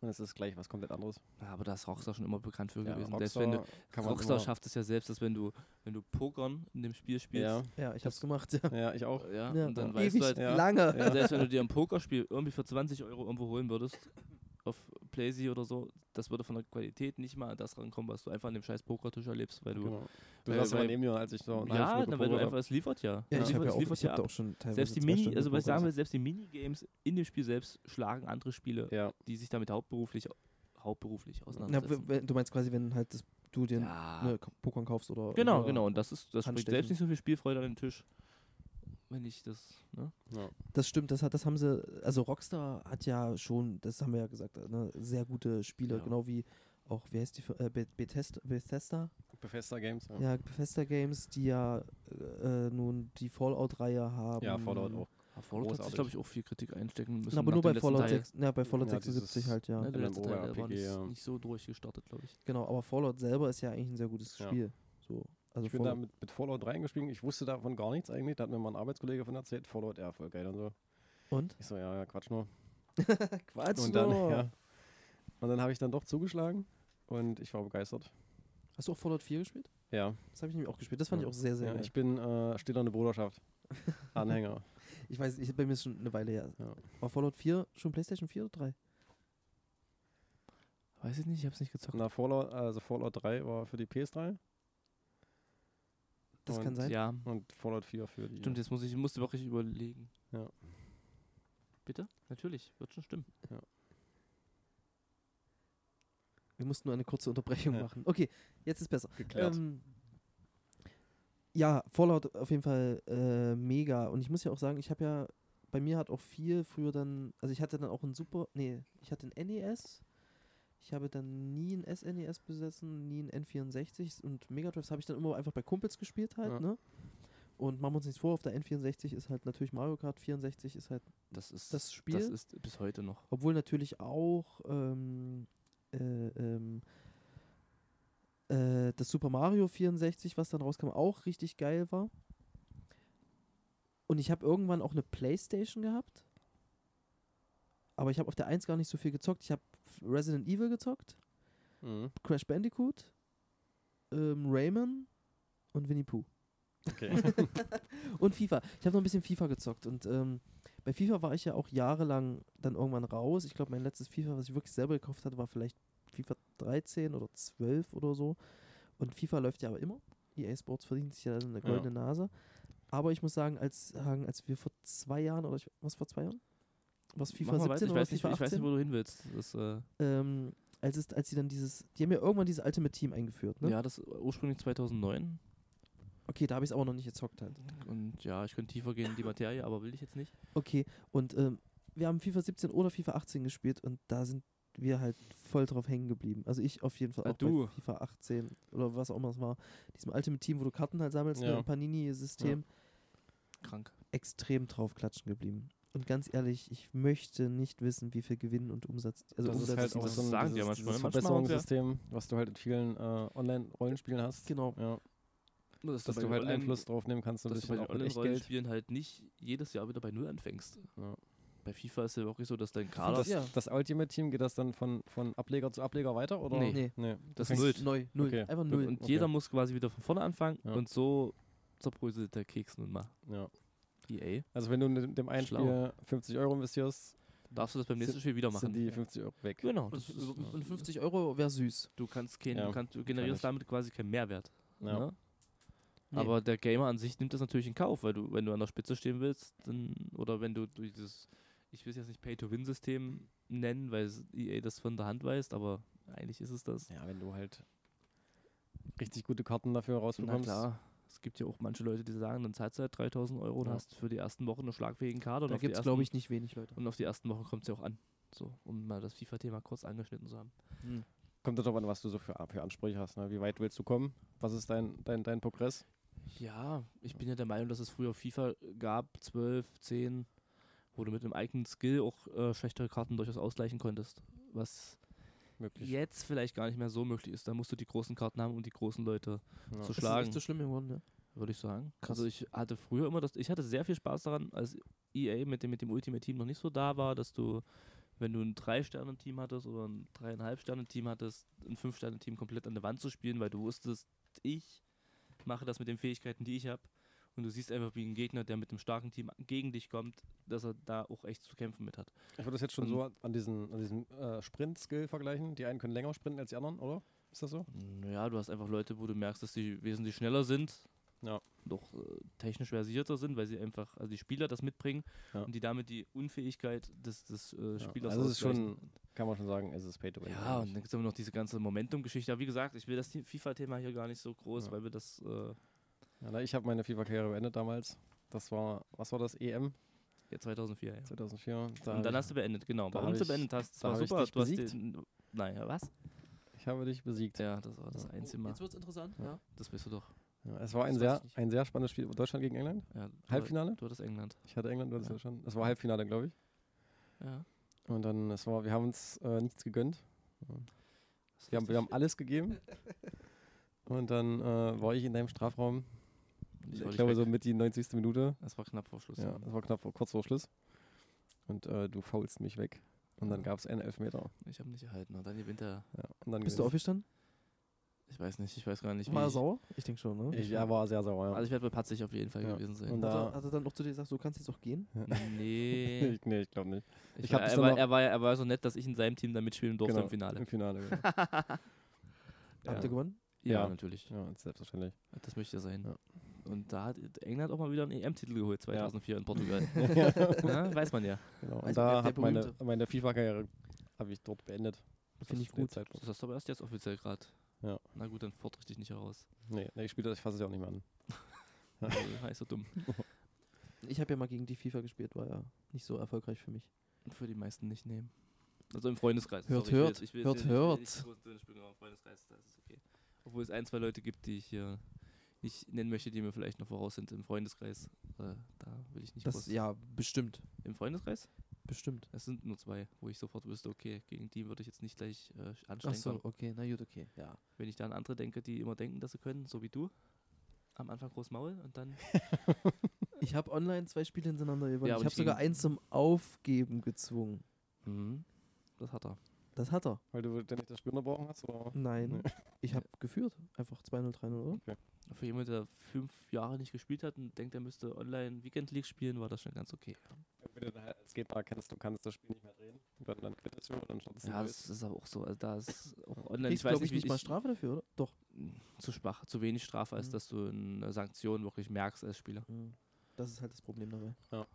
Und es ist gleich was komplett anderes.
Ja, aber da ist Rockstar schon immer bekannt für gewesen.
Rockstar
Selbst wenn du,
kann man
Rockstar
immer-
schafft es ja selbst, dass wenn du, wenn du Pokern in dem Spiel
Ja,
spielst,
ja, ich hab's gemacht, ja.
ja, ich auch.
ja,
Ja.
und dann
Ja.
weißt
Ewig
du halt,
Ja.
lange.
Ja.
selbst wenn du dir ein Pokerspiel irgendwie für 20 Euro irgendwo holen würdest, auf Playsee oder so, das würde von der Qualität nicht mal an das rankommen, was du einfach an dem scheiß Pokertisch erlebst, weil du
Genau. Du
Weil-
saßt immer
Äh, weil-
neben mir, als ich so eine halbe
Ja,
Stunde
na, weil du
gepokert
einfach, es liefert ja.
Ja,
Ja.
ich
es
habe
liefert,
ja
es
auch,
liefert
ich hab
ja
da auch
ab.
schon teilweise
Selbst die
zwei
Mini,
Stunden
also was ich sagen
geguckt.
will, selbst die Minigames in dem Spiel selbst schlagen andere Spiele,
hab. Ja,
die sich damit hauptberuflich hauptberuflich
Na,
auseinandersetzen.
we- we- du meinst quasi, wenn halt das, du dir
Ja.
ne, K- Pokémon kaufst oder.
Genau,
oder
genau. Und das ist, das bringt
Handstechen.
selbst nicht so viel Spielfreude an den Tisch. Wenn ich das, ne?
ja.
Das stimmt, das hat, das haben sie, also Rockstar hat ja schon, das haben wir ja gesagt, ne, sehr gute Spiele,
Ja.
genau wie auch, wie heißt die, Fir- äh, Be- Bethesda, Bethesda?
Bethesda Games. Ja,
Ja, Bethesda Games, die ja äh, nun die Fallout-Reihe haben.
ja Fallout auch.
Ja, Fallout hat sich,
Großartig.
glaube ich, auch viel Kritik einstecken müssen.
Na, aber
nach
nur
dem
bei
letzten
Fallout, ne?
Teil.
6, na, bei Fallout
Ja,
76
dieses-
halt, ja.
Ne, der letzte Teil der war
MMORPG,
nicht,
ja.
nicht so durchgestartet, glaube ich.
Genau, aber Fallout selber ist ja eigentlich ein sehr gutes
Ja.
Spiel. So, also
ich bin da
Fallout-
mit, mit Fallout reingespielt. Ich wusste davon gar nichts eigentlich. Da hat mir mal ein Arbeitskollege von erzählt. Fallout, ja, voll geil und so.
Und?
Ich so, ja, ja, Quatsch nur.
Quatsch,
Und dann,
nur.
ja. Und dann habe ich dann doch zugeschlagen und ich war begeistert.
Hast du auch Fallout 4 gespielt?
Ja,
Das habe ich nämlich auch gespielt. Das fand
Ja.
ich auch sehr, sehr
ja
geil.
ich bin äh, stillernde Bruderschaft. Anhänger.
Ich weiß, ich, bei mir ist schon eine Weile her.
Ja.
War Fallout 4 schon PlayStation 4 oder 3?
Weiß ich nicht, ich hab's nicht gezockt.
Na, Fallout, also Fallout 3 war für die PS3
Das
Und
kann sein.
Ja,
und Fallout 4 für die.
stimmt, jetzt muss ich, musste wirklich überlegen.
Ja.
Bitte? Natürlich, wird schon stimmen.
Wir mussten nur eine kurze Unterbrechung
Ja.
machen. Okay, jetzt ist besser.
äh, geklärt.
Ähm, ja, Fallout auf jeden Fall äh, mega. Und ich muss ja auch sagen, ich habe ja, bei mir hat auch viel früher dann, also ich hatte dann auch ein Super, nee, ich hatte ein NES. Ich habe dann nie ein SNES besessen, nie ein N64 und Megadrives habe ich dann immer einfach bei Kumpels gespielt halt,
Ja.
ne? Und machen wir uns nichts vor, auf der N64 ist halt natürlich Mario Kart, 64 ist halt
Das ist
das Spiel.
das ist bis heute noch.
Obwohl natürlich auch ähm, äh, ähm, äh, das Super Mario 64, was dann rauskam, auch richtig geil war. Und ich habe irgendwann auch eine Playstation gehabt. Aber ich habe auf der 1 gar nicht so viel gezockt. Ich habe Resident Evil gezockt,
Mhm.
Crash Bandicoot, ähm, Rayman und Winnie Pooh.
Okay.
Und FIFA. Ich habe noch ein bisschen FIFA gezockt und ähm, bei FIFA war ich ja auch jahrelang dann irgendwann raus. Ich glaube, mein letztes FIFA, was ich wirklich selber gekauft hatte, war vielleicht FIFA 13 oder 12 oder so. Und FIFA läuft ja aber immer. EA Sports verdient sich ja dann eine
Ja.
goldene Nase. Aber ich muss sagen, als sagen, als wir vor zwei Jahren oder ich, was vor zwei Jahren? Was
Mach
FIFA
mal
17
weiter, ich
oder
weiß,
was
nicht,
FIFA
ich weiß
18?
nicht, wo du hin willst. Das, äh,
ähm, als, ist, als sie dann dieses, die haben ja irgendwann dieses Ultimate Team eingeführt, ne?
Ja, das äh, ursprünglich 2009.
Okay, da habe ich es aber noch nicht gezockt halt.
Und ja, ich könnte tiefer gehen in die Materie, aber will ich jetzt nicht.
Okay, und ähm, wir haben FIFA 17 oder FIFA 18 gespielt und da sind wir halt voll drauf hängen geblieben. Also ich auf jeden Fall
Na
auch
du.
bei FIFA 18 oder was auch immer es war. Diesem Ultimate Team, wo du Karten halt sammelst,
Ja.
ne, im Panini-System,
Krank.
extrem drauf klatschen geblieben. Und ganz ehrlich, ich möchte nicht wissen, wie viel Gewinn und Umsatz, also
das ist
Umsatz
halt
die
auch
das
so ein
sagen die ja
dieses,
manchmal.
dieses
Manchmal haben sie-
Verbesserungssystem, was du halt in vielen äh, Online-Rollenspielen hast.
Genau.
Ja,
Dass,
dass du halt Einfluss drauf nehmen kannst, so ein
dass du bei
bisschen
den
auch mit Echtgeld.
Online-Rollenspielen halt nicht jedes Jahr wieder bei Null anfängst.
Ja.
Bei FIFA ist ja wirklich so, dass dein Kader.
Das,
Ja.
das Ultimate-Team, geht das dann von, von Ableger zu Ableger weiter? Oder?
Nee.
Nee.
nee.
Das
fängst-
null.
Neu, null,
Okay.
einfach
und
null.
und
Okay.
jeder muss quasi wieder von vorne anfangen
Ja.
und so zerbröselt der Keks nun mal. E
Ja.
EA.
Also wenn du in dem einen
Schlau.
Spiel 50 Euro investierst,
Darfst du das beim nächsten
Sind-
Spiel wieder
sind
machen?
die 50 Euro weg.
Genau.
und
Das ist,
und 50 Euro wäre süß.
du kannst kein,
Ja,
du, kannst, du generierst
wahrscheinlich.
damit quasi keinen Mehrwert.
Ja.
Ne?
Nee.
Aber der Gamer an sich nimmt das natürlich in Kauf, weil du, wenn du an der Spitze stehen willst, dann, oder wenn du durch dieses, ich will es jetzt nicht Pay-to-Win-System nennen, weil es EA das von der Hand weist, aber eigentlich ist es das.
Ja, wenn du halt richtig gute Karten dafür rausbekommst.
Es gibt ja auch manche Leute, die sagen, dann zahlst du halt 3000 Euro und
Ja.
hast für die ersten Wochen einen schlagfähigen Kader. und
Da
auf die
gibt es,
ersten-
glaube ich, nicht wenig Leute.
Und auf die ersten Wochen kommt es ja auch an. So, um mal das FIFA-Thema kurz angeschnitten zu haben.
Kommt darauf an, was du so für, für Ansprüche hast. Ne? Wie weit willst du kommen? Was ist dein, dein, dein Progress?
Ja, ich bin ja der Meinung, dass es früher FIFA gab, 12, 10, wo du mit einem eigenen Skill auch äh, schlechtere Karten durchaus ausgleichen konntest. Was
Möglich.
jetzt vielleicht gar nicht mehr so möglich ist. Da musst du die großen Karten haben, um die großen Leute
Ja.
zu
Das ist
schlagen,
nicht so schlimm geworden, ne?
würde ich sagen.
Krass.
Also ich hatte früher immer das, ich hatte sehr viel Spaß daran, als EA mit dem, mit dem Ultimate Team noch nicht so da war, dass du, wenn du ein 3-Sterne-Team hattest oder ein 3,5-Sterne-Team hattest, ein 5-Sterne-Team komplett an der Wand zu spielen, weil du wusstest, ich mache das mit den Fähigkeiten, die ich habe. Und du siehst einfach, wie ein Gegner, der mit einem starken Team gegen dich kommt, dass er da auch echt zu kämpfen mit hat.
Ich würde das jetzt schon so an diesen, an diesen äh, Sprint-Skill vergleichen. Die einen können länger sprinten als die anderen, oder? Ist das so?
Ja, du hast einfach Leute, wo du merkst, dass die wesentlich schneller sind.
Ja.
Doch äh, technisch versierter sind, weil sie einfach, also die Spieler das mitbringen
Ja.
und die damit die Unfähigkeit des, des äh, Spielers
also es ist
ausgleichen.
schon- Kann man schon sagen, es ist Pay-to-Win.
Ja, und ne
eigentlich.
dann gibt es immer noch diese ganze Momentum-Geschichte. Aber wie gesagt, ich will das T- FIFA-Thema hier gar nicht so groß,
Ja.
weil wir das äh,
ja, na, ich habe meine FIFA-Karriere beendet damals. Das war, was war das? EM
ja, 2004. Ja.
2004. Da
und dann
hab
hast du beendet, genau.
da
Warum
hab
du
ich-
beendet hast, das
da
war
hab ich
super.
dich
Du hast
besiegt.
den, naja, was?
ich, ich habe dich besiegt.
Ja, das war das einzige Mal.
Jetzt wird es interessant,
Ja.
ja.
Das bist du doch.
Ja, es war ein
Das weiß
sehr,
ich nicht.
ein sehr spannendes Spiel. Deutschland gegen England?
Ja, du-
Halbfinale?
Du hattest England.
Ich hatte England, du hattest
Ja.
Deutschland. Es war Halbfinale, glaube ich.
Ja.
Und dann, es war, wir haben uns äh, nichts gegönnt.
Das
Wir haben, wir haben
richtig.
alles gegeben. Und dann äh, war ich in deinem Strafraum.
Ich
Ich,
war nicht
glaube,
weg.
so mit die 90. Minute.
Das war knapp vor Schluss.
Ja, das war knapp vor, kurz vor Schluss. Und äh, du faulst mich weg. Und dann
Ja.
gab es einen Elfmeter.
Ich habe nicht erhalten. Und dann gewinnt er.
Ja, und dann
Bist du
gewinnt-
aufgestanden?
Ich weiß nicht, ich weiß gar nicht.
War er
ich,
sauer? Ich denke schon, ne?
Ich ja, war sehr sauer. Ja.
also ich werde bei Patzig auf jeden Fall
Ja.
gewesen sein.
Und
Hat,
da,
er, hat er dann auch zu dir gesagt, so kannst jetzt auch gehen?
Nee.
ich, nee, ich glaube nicht.
Ich
Ich
war,
hab das
er,
dann
war,
noch-
er, war, er war so nett, dass ich in seinem Team da mitspielen durfte
Genau,
im Finale.
Im Finale. Ja,
Habt ihr gewonnen?
Ja,
Ja.
natürlich.
ja selbstverständlich.
Das möchte ja sein.
Ja.
Und da hat England auch mal wieder einen EM-Titel geholt, 2004 in Portugal. ja, weiß man ja.
Genau. Und
Also der-
da
der
hat meine,
Berühmte.
meine FIFA-Karriere habe ich dort beendet.
Finde ich
Zu dem
gut.
Zeitpunkt.
Das hast du aber erst jetzt offiziell gerade.
Ja.
Na gut, dann fordere ich dich nicht heraus.
Nee, nee, ich spiele das, ich fasse es ja auch nicht mehr an.
Also, das war ich so dumm.
Ich habe ja mal gegen die FIFA gespielt, war ja nicht so erfolgreich für mich.
Und für die meisten nicht nehmen. Also im Freundeskreis.
Hört,
sorry, ich will
hört,
jetzt- ich will
hört,
jetzt hier nicht-
hört.
Ich will nicht die großen Töne springen, aber im Freundeskreis, da ist es okay. Obwohl es ein, zwei Leute gibt, die ich hier nicht nennen möchte, die mir vielleicht noch voraus sind im Freundeskreis. Äh, da will ich nicht
Das,
groß-
ja, bestimmt.
Im Freundeskreis?
Bestimmt.
Es sind nur zwei, wo ich sofort wüsste, okay, gegen die würde ich jetzt nicht gleich äh, anstrengen.
Achso, okay, na gut, okay. Ja.
Wenn ich da an andere denke, die immer denken, dass sie können, so wie du. Am Anfang groß Maul und dann.
Ich habe online zwei Spiele hintereinander gewonnen.
Ja, aber
ich habe
nicht
sogar
gegen-
eins zum Aufgeben gezwungen.
Mhm. Das hat er.
Das hat er.
Weil du denn nicht das Spiel unterbrochen hast? Oder?
Nein.
Nee.
Ich habe geführt. Einfach 2-0, 3-0, oder?
Für jemanden, der fünf Jahre nicht gespielt hat und denkt, er müsste online Weekend League spielen, war das schon ganz okay.
Wenn du dann halt als Gegner kennst, du kannst das Spiel nicht mehr drehen. Dann, dann quittest du und dann startest du
Ja,
neu.
das ist aber auch so. Also da ist auch online.
Kriegst,
ich weiß
glaube ich, nicht
wie
mal
ich-
Strafe dafür, oder? Doch.
Zu schwach, zu wenig Strafe, als
Mhm.
dass du eine Sanktion wirklich merkst als Spieler.
Das ist halt das Problem dabei.
Ja.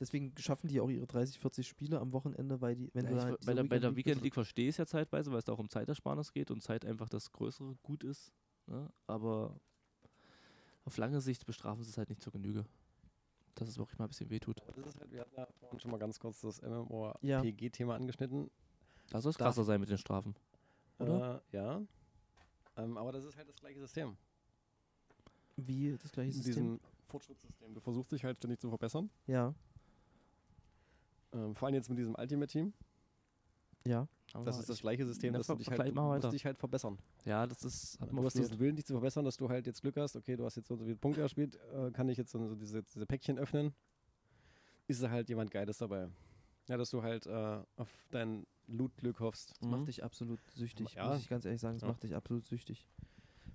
Deswegen schaffen die auch ihre 30, 40 Spiele am Wochenende, weil die, wenn
Ja,
du da
ich, ver-
halt
bei,
diese
der, bei der Weekend
bist-
League verstehe ich es ja zeitweise, weil es da auch um Zeitersparnis geht und Zeit einfach das größere Gut ist. Ne? Aber auf lange Sicht bestrafen sie es halt nicht zur Genüge. Dass es wirklich mal ein bisschen wehtut.
Das ist halt, wir hatten ja vorhin schon mal ganz kurz das
Ja.
MMORPG-Thema angeschnitten.
Da soll es
Da-
krasser sein mit den Strafen. Oder?
Äh, ja. Ähm, aber das ist halt das gleiche System.
Wie das gleiche
In
System.
diesem Fortschrittssystem. Du versuchst dich halt ständig zu verbessern.
Ja,
Ähm, vor allem jetzt mit diesem Ultimate-Team.
ja.
Aber
Das ist das gleiche System,
Na,
dass
ver-
du dich halt,
vergleich
du
mal weiter.
musst dich halt verbessern.
ja, das ist. Hat
Du
man
hast diesen
diesen
Willen, dich zu verbessern, dass du halt jetzt Glück hast. Okay, du hast jetzt so und so viele Punkte erspielt. Äh, kann ich jetzt so diese, diese Päckchen öffnen? Ist da halt jemand Geiles dabei? Ja, dass du halt äh, auf dein Loot-Glück hoffst.
Das macht dich absolut süchtig,
Mhm. Ja.
muss ich ganz ehrlich sagen. Das
Ja.
macht dich absolut süchtig.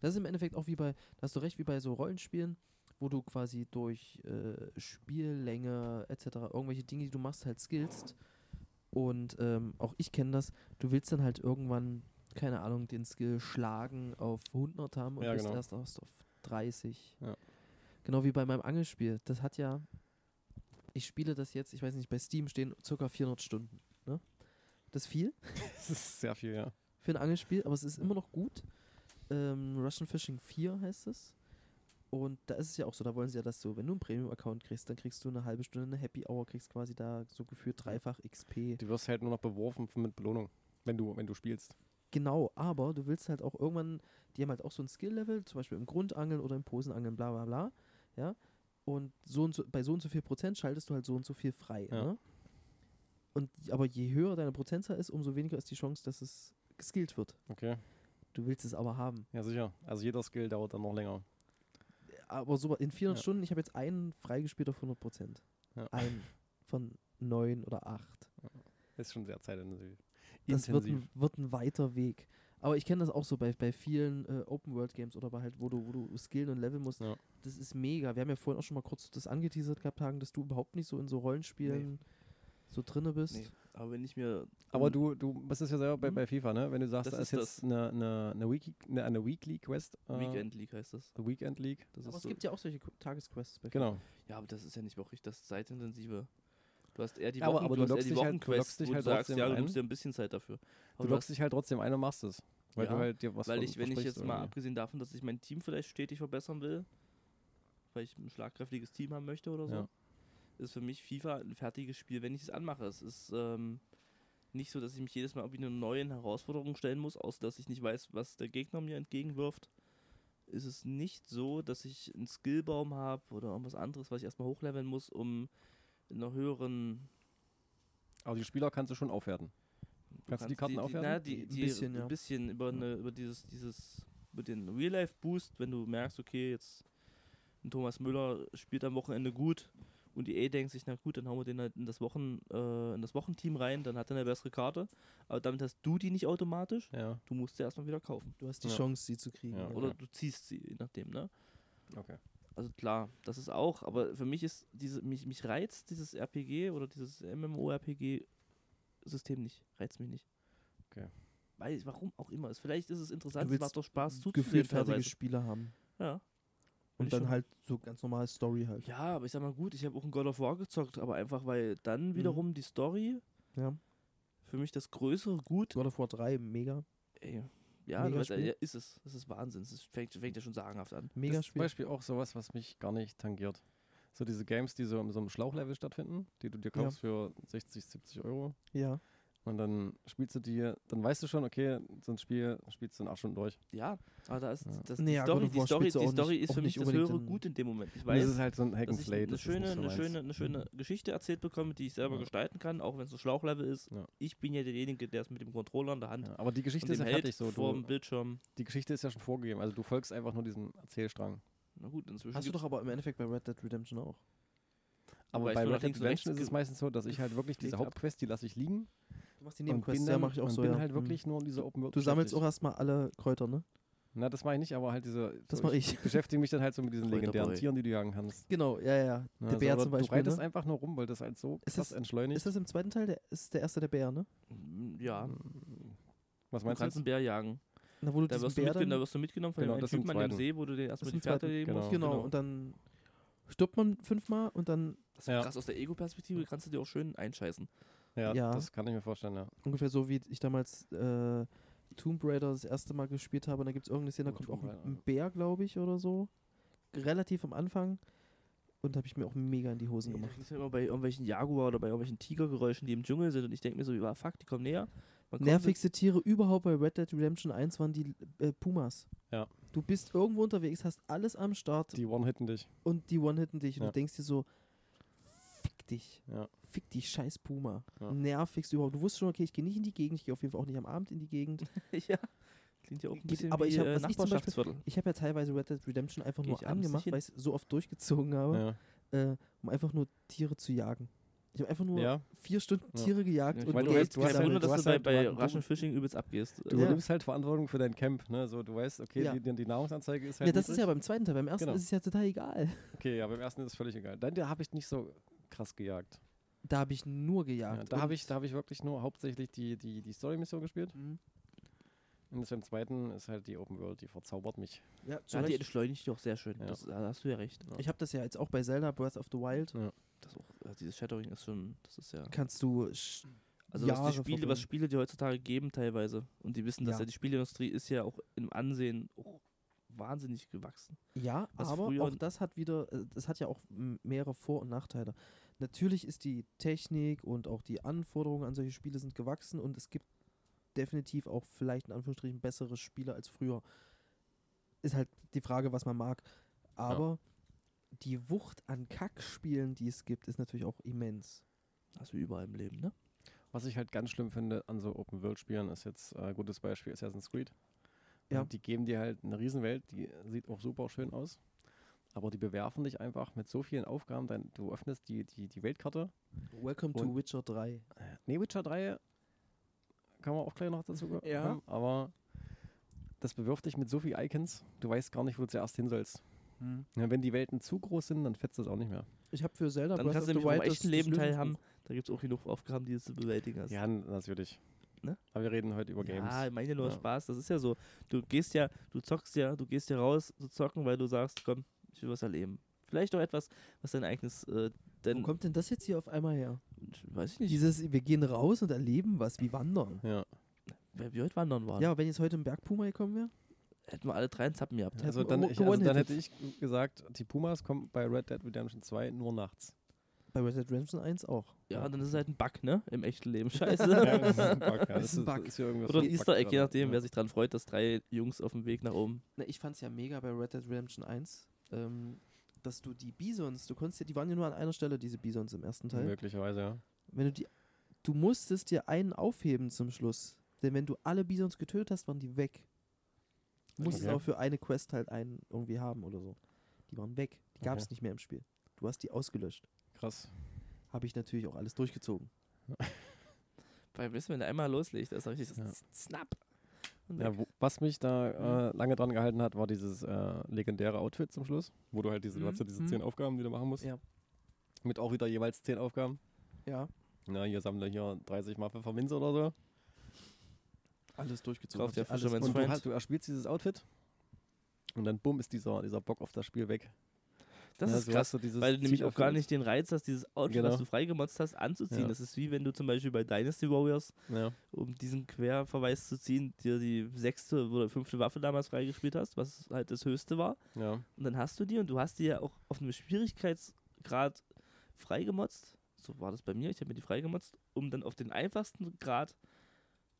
Das ist im Endeffekt auch wie bei, da hast du recht, wie bei so Rollenspielen, wo du quasi durch äh, Spiellänge etc. irgendwelche Dinge, die du machst, halt skillst. Und ähm, auch ich kenne das, du willst dann halt irgendwann, keine Ahnung, den Skill schlagen auf 100 haben und
Ja,
bist
genau.
erst erst auf 30.
Ja.
Genau wie bei meinem Angelspiel. Das hat ja, ich spiele das jetzt, ich weiß nicht, bei Steam stehen circa 400 Stunden. Ne? Das ist viel
Das ist sehr viel, ja.
für ein Angelspiel, aber es ist immer noch gut. Ähm, Russian Fishing 4 heißt es. Und da ist es ja auch so, da wollen sie ja, dass du, wenn du einen Premium-Account kriegst, dann kriegst du eine halbe Stunde eine Happy Hour, kriegst quasi da so gefühlt dreifach XP.
Du wirst halt nur noch beworfen mit Belohnung, wenn du, wenn du spielst.
Genau, aber du willst halt auch irgendwann, die haben halt auch so ein Skill-Level, zum Beispiel im Grundangeln oder im Posenangeln, bla bla bla. Ja. Und so und so, bei so und so viel Prozent schaltest du halt so und so viel frei.
Ja.
Ne? Und aber je höher deine Prozentzahl ist, umso weniger ist die Chance, dass es geskillt wird.
Okay.
Du willst es aber haben.
Ja, sicher. Also jeder Skill dauert dann noch länger.
aber so in 400
Ja.
Stunden, ich habe jetzt einen freigespielt auf 100 Prozent.
Ja.
Einen von neun oder acht.
Ist schon sehr zeitintensiv.
Das wird
Intensiv.
ein, wird ein weiter Weg. Aber ich kenne das auch so bei, bei vielen äh, Open-World-Games oder bei halt, wo du, wo du skillen und leveln musst.
Ja.
Das ist mega. Wir haben ja vorhin auch schon mal kurz das angeteasert gehabt, Hagen, dass du überhaupt nicht so in so Rollenspielen so drinne bist.
Nee. Aber wenn ich mir.
Aber
um,
du, du bist es ja selber bei,
Mhm.
bei FIFA, ne? Wenn du sagst,
Das
da Mhm. ist
ist
jetzt
das.
eine, eine, eine, Weekly, eine, eine Weekly Quest. Äh,
Weekend League heißt das.
The Weekend League.
das
aber
ist
es
so,
gibt ja auch solche Qu- Tagesquests. Bei
Genau.
ja, aber das ist ja nicht wirklich das zeitintensive. Du hast eher die
Ja, aber-
Wochen,
aber du
hast eher
lockst
die
dich halt- du
Wochenquests,
lockst dich
wo
halt
du sagst,
trotzdem
ja, du
rein.
nimmst dir ein bisschen Zeit dafür.
Du lockst dich halt trotzdem ein und machst es. Weil
Ja,
du halt dir was
Weil
von-
ich, wenn ich
versprichst
jetzt mal
irgendwie.
abgesehen davon, dass ich mein Team vielleicht stetig verbessern will, weil ich ein schlagkräftiges Team haben möchte oder so,
Ja.
ist für mich FIFA ein fertiges Spiel, wenn ich es anmache. Es ist ähm, nicht so, dass ich mich jedes Mal irgendwie einer neuen Herausforderung stellen muss, außer dass ich nicht weiß, was der Gegner mir entgegenwirft. Ist es nicht so, dass ich einen Skillbaum habe oder irgendwas anderes, was ich erstmal hochleveln muss, um in einer höheren.
Also die Spieler kannst du schon aufwerten. Kannst du die Karten aufwerten?
Na, die,
Ein
die,
bisschen,
bisschen,
ja.
ein bisschen über, eine, über dieses, dieses, über den Real-Life-Boost, wenn du merkst, okay, jetzt ein Thomas Müller spielt am Wochenende gut und die EA denkt sich, na gut, dann hauen wir den halt in das, Wochen, äh, in das Wochenteam rein, dann hat er eine bessere Karte. Aber damit hast du die nicht automatisch,
Ja.
du musst sie erstmal wieder kaufen.
Du hast die
Ja.
Chance, sie zu kriegen.
Ja,
Oder
Okay.
du ziehst sie, je nachdem, ne?
Okay.
Also klar, das ist auch, aber für mich ist diese, mich, mich reizt dieses RPG oder dieses MMORPG-System nicht. Reizt mich nicht.
Okay.
Weil, warum auch immer. Es- Vielleicht ist es interessant,
Du
es
willst
macht doch Spaß zuzusehen.
Gefühlt fertige
teilweise.
Spiele haben.
Ja. Will
Und
ich
dann
schon.
halt so ganz normale Story halt.
ja, aber ich sag mal gut, ich habe auch ein God of War gezockt, aber einfach weil dann wiederum die Story
Ja.
für mich das größere Gut.
God of War 3, mega.
Ey, ja,
Mega
das,
Spiel.
ja, ist es. Das ist Wahnsinn. Es ist- fängt, fängt ja schon sagenhaft an.
Mega
das ist zum
Spiel.
Beispiel auch sowas, was mich gar nicht tangiert. So diese Games, die so in so einem Schlauchlevel stattfinden, die du dir
Ja.
kaufst für 60, 70 Euro.
Ja.
Und dann spielst du die, dann weißt du schon, okay, so ein Spiel spielst du in acht Stunden durch.
Ja, aber da ist
Ja.
das,
Nee,
die
ja, God
Story,
of
die
War
Story,
spielst du
die
auch
Story
nicht-
ist
auch
für mich
nicht
das
unbedingt
höhere
in-
Gut in dem Moment. Ich
Und
weiß,
es ist halt so ein Hack and
dass ich
Slay.
eine
das ist nicht
schöne,
so
eine,
meins.
schöne, eine schöne Geschichte erzählt bekomme, die ich selber
Ja.
gestalten kann, auch wenn es ein Schlauchlevel ist.
Ja.
Ich bin ja derjenige, der es mit dem Controller in der Hand
Ja, aber die Geschichte
und
ist
dem
ja
hält
fertig so.
vor dem
Du,
Bildschirm.
die Geschichte ist ja schon vorgegeben. Also du folgst einfach nur diesem Erzählstrang.
Na gut, inzwischen
Hast du
gibt's-
doch aber im Endeffekt bei Red Dead Redemption auch.
Aber
weißt
bei
nur
Red
nach
Dead
links und rechts
Redemption ist es
ge-
meistens so, dass ich halt wirklich diese
gepflegt hab.
Hauptquest, die lasse ich liegen
Du machst die
und bin
Nebenquests,
dann,
ja, mache ich auch
und
so.
bin
ja.
halt
Mhm.
wirklich nur in dieser Open World.
du sammelst auch
beschäftigt.
erstmal alle Kräuter, ne?
Na, das mache ich nicht, aber halt diese.
Das
so,
mache ich.
Beschäftige mich dann halt so mit diesen
Kräuterboy.
legendären Tieren, die du jagen kannst.
Genau, ja, ja.
Ne, also,
der Bär
aber
zum
Du
Beispiel.
reitest
Ne?
einfach nur rum, weil das halt so
Ist
krass
das-
entschleunigt.
Ist das im zweiten Teil? Der, ist der erste der Bär, ne?
Mm, Ja, du
Hm. Was meinst du?
kannst
jetzt?
einen Bär jagen.
Na, wo du
Da
diesen
wirst du,
Bär
mitgen-
dann,
da wirst du mitgenommen von
Genau,
dem einen
das im
Typen an dem
zweiten.
See, wo du den
Das
erstmal
im
die Pferde
zweiten,
leben
genau.
musst.
genau, und dann stirbt man fünfmal und dann
Das ist
Ja.
krass, aus der Ego-Perspektive kannst du dir auch schön einscheißen.
Ja,
Ja.
das kann ich mir vorstellen, ja.
ungefähr so, wie ich damals äh, Tomb Raider das erste Mal gespielt habe. Und da gibt es irgendeine Szene, da
Oh,
kommt
Tomb
auch ein,
Raider.
ein Bär, glaube ich, oder so. relativ am Anfang und habe ich mir auch mega in die Hosen
Nee, da
gemacht.
ging's ja immer bei irgendwelchen Jaguar oder bei irgendwelchen Tigergeräuschen, die im Dschungel sind. Und ich denke mir so, wie war fuck, die kommen näher. Man kommt
Nervigste Tiere überhaupt bei Red Dead Redemption 1 waren die äh, Pumas.
Ja.
Du bist irgendwo unterwegs, hast alles am Start
Die One-Hitten dich.
und die one-hitten dich und
Ja.
du denkst dir so, fick dich.
Ja.
Fick dich, scheiß Puma.
Ja.
Nervigst du überhaupt. Du wusstest schon, okay, ich gehe nicht in die Gegend, ich gehe auf jeden Fall auch nicht am Abend in die Gegend.
mit- ja. Klingt ja auch ein
Geht-
bisschen
aber
wie
ich hab- was
äh,
ich zum Beispiel-
Nachbarschaftsviertel.
Ich habe ja teilweise Red Dead Redemption einfach
Geh
nur
ich abends nicht
angemacht,
hin.
weil ich es so oft durchgezogen habe,
Ja.
äh, um einfach nur Tiere zu jagen. Ich habe einfach nur
ja.
vier Stunden
Ja.
Tiere gejagt
Ja,
und
ich meine,
du
Geld
hast- du hast
kein
halt-
gesammelt.
Wunder,
du
dass du
hast
bei,
halt- du
bei
hast- du-
Russian Fishing übelst abgehst.
Du
Ja.
nimmst halt Verantwortung für dein Camp, ne? So, du weißt, okay,
Ja.
die, die, die Nahrungsanzeige ist halt.
Ja, das ist ja
niedrig.
beim zweiten Teil. Beim ersten
Genau.
ist es ja total egal.
Okay, ja, beim ersten ist es völlig egal. Dann da habe ich nicht so krass gejagt.
Da habe ich nur
Ja,
gejagt.
da habe
und-
ich, da hab ich wirklich nur hauptsächlich die, die, die Story-Mission gespielt.
Mhm.
Und das beim zweiten ist halt die Open World, die verzaubert mich.
Ja, zu
Ja, die
Recht.
entschleunigt dich auch sehr schön.
Ja.
Das, da hast du ja recht.
Ich habe das ja jetzt auch bei Zelda Breath of the Wild.
Das auch, also dieses Shadowing ist schon, das ist ja.
Kannst du. sch-
Also was
Jahre
die Spiele, was
verbringen.
Spiele die heutzutage geben teilweise. Und die wissen, dass
Ja.
ja. die Spielindustrie ist ja auch im Ansehen auch wahnsinnig gewachsen.
Ja,
was
aber
früher-
auch das hat wieder. äh, Das hat ja auch m, mehrere Vor- und Nachteile. Natürlich ist die Technik und auch die Anforderungen an solche Spiele sind gewachsen und es gibt definitiv auch vielleicht in Anführungsstrichen bessere Spiele als früher. Ist halt die Frage, was man mag. Aber die Wucht an Kackspielen, die es gibt, ist natürlich auch immens.
Das wie überall im Leben, ne?
Was ich halt ganz schlimm finde an so Open-World-Spielen, ist jetzt äh, ein gutes Beispiel Assassin's Creed.
Ja.
Und Die geben dir halt eine Riesenwelt, die sieht auch super schön aus. Aber die bewerfen dich einfach mit so vielen Aufgaben. Dein, du öffnest die, die, die Weltkarte.
Welcome to
Und-
Witcher 3.
Nee, Witcher 3 kann man auch gleich noch dazu kommen.
Ja.
Aber das bewirft dich mit so viel Icons, du weißt gar nicht, wo du zuerst hin sollst.
Hm.
Ja, wenn die Welten zu groß sind, dann fetzt das auch nicht mehr.
Ich habe für Zelda
Dann
Breath
kannst du
of the
nämlich auch im
Wild das-
echten
das
Leben
Lösungsbuch.
teilhaben. Da gibt es auch genug Aufgaben, die du zu bewältigen hast.
Ja, n- natürlich.
Ne?
Aber wir reden heute über Games.
Ja, ich meine nur
Ja.
Spaß, das ist ja so. Du gehst ja, du zockst ja, du gehst ja raus zu zocken, weil du sagst, komm, ich will was erleben. Vielleicht doch etwas, was dein eigenes,
Wo
äh, denn,
kommt denn das jetzt hier auf einmal her?
weiß ich nicht,
Dieses, wir gehen raus und erleben was, wie wandern.
Ja.
wer wir heute wandern waren.
Ja, aber wenn jetzt heute ein Bergpuma gekommen wäre,
Hätten wir alle drei einen Zappen gehabt.
Also
hätten
dann,
wir
ich, also dann hätte
gewonnen
ich gesagt, die Pumas kommen bei Red Dead Redemption 2 nur nachts.
bei Red Dead Redemption 1 auch.
Ja,
Ja.
dann ist es halt ein Bug, ne? Im echten Leben. Scheiße.
Ja, das ist ein Bug. Ja, das
Ist ein
ist-
Bug.
Ist hier irgendwas
Oder ein
mit Bug
Easter Egg, je
drin.
nachdem,
Ja.
wer sich dran freut, dass drei Jungs auf dem Weg nach oben.
Na, ich fand's ja mega bei Red Dead Redemption 1, ähm, dass du die Bisons, du konntest ja, die waren ja nur an einer Stelle, diese Bisons im ersten Teil.
Möglicherweise, ja.
Wenn du die, du musstest dir einen aufheben zum Schluss. Denn wenn du alle Bisons getötet hast, waren die weg. Du musstest
Okay.
auch für eine Quest halt einen irgendwie haben oder so. Die waren weg. Die gab's
Okay.
nicht mehr im Spiel. Du hast die ausgelöscht.
Krass.
Habe ich natürlich auch alles durchgezogen.
Weil, wissen, wenn der einmal loslegt, ist er richtig
Ja.
s- snap. Und
Ja,
weg.
wo, was mich da äh, lange dran gehalten hat, war dieses äh, legendäre Outfit zum Schluss, wo du halt diese, du
Mhm,
hast ja diese
mhm.
zehn Aufgaben, die du machen musst.
Ja.
Mit auch wieder jeweils zehn Aufgaben.
Ja,
Na, hier sammle hier 30 Mal für Minze oder so.
alles durchgezogen.
Drauf der
Hab ich
Fischer, wenn's
alles
Und du,
Friend.
hast, du erspielst dieses Outfit und dann bumm ist dieser, dieser Bock auf das Spiel weg.
das
Ja,
ist
du
krass.
hast so dieses
Weil du nämlich
Ziel
auch gar
erfüllt.
nicht den Reiz hast, dieses Outfit,
Genau.
das du freigemotzt hast, anzuziehen.
Ja.
Das ist wie wenn du zum Beispiel bei Dynasty Warriors,
Ja.
um diesen Querverweis zu ziehen, dir die sechste oder fünfte Waffe damals freigespielt hast, was halt das höchste war.
ja.
Und dann hast du die und du hast die ja auch auf einem Schwierigkeitsgrad freigemotzt. So war das bei mir. Ich habe mir die freigemotzt, um dann auf den einfachsten Grad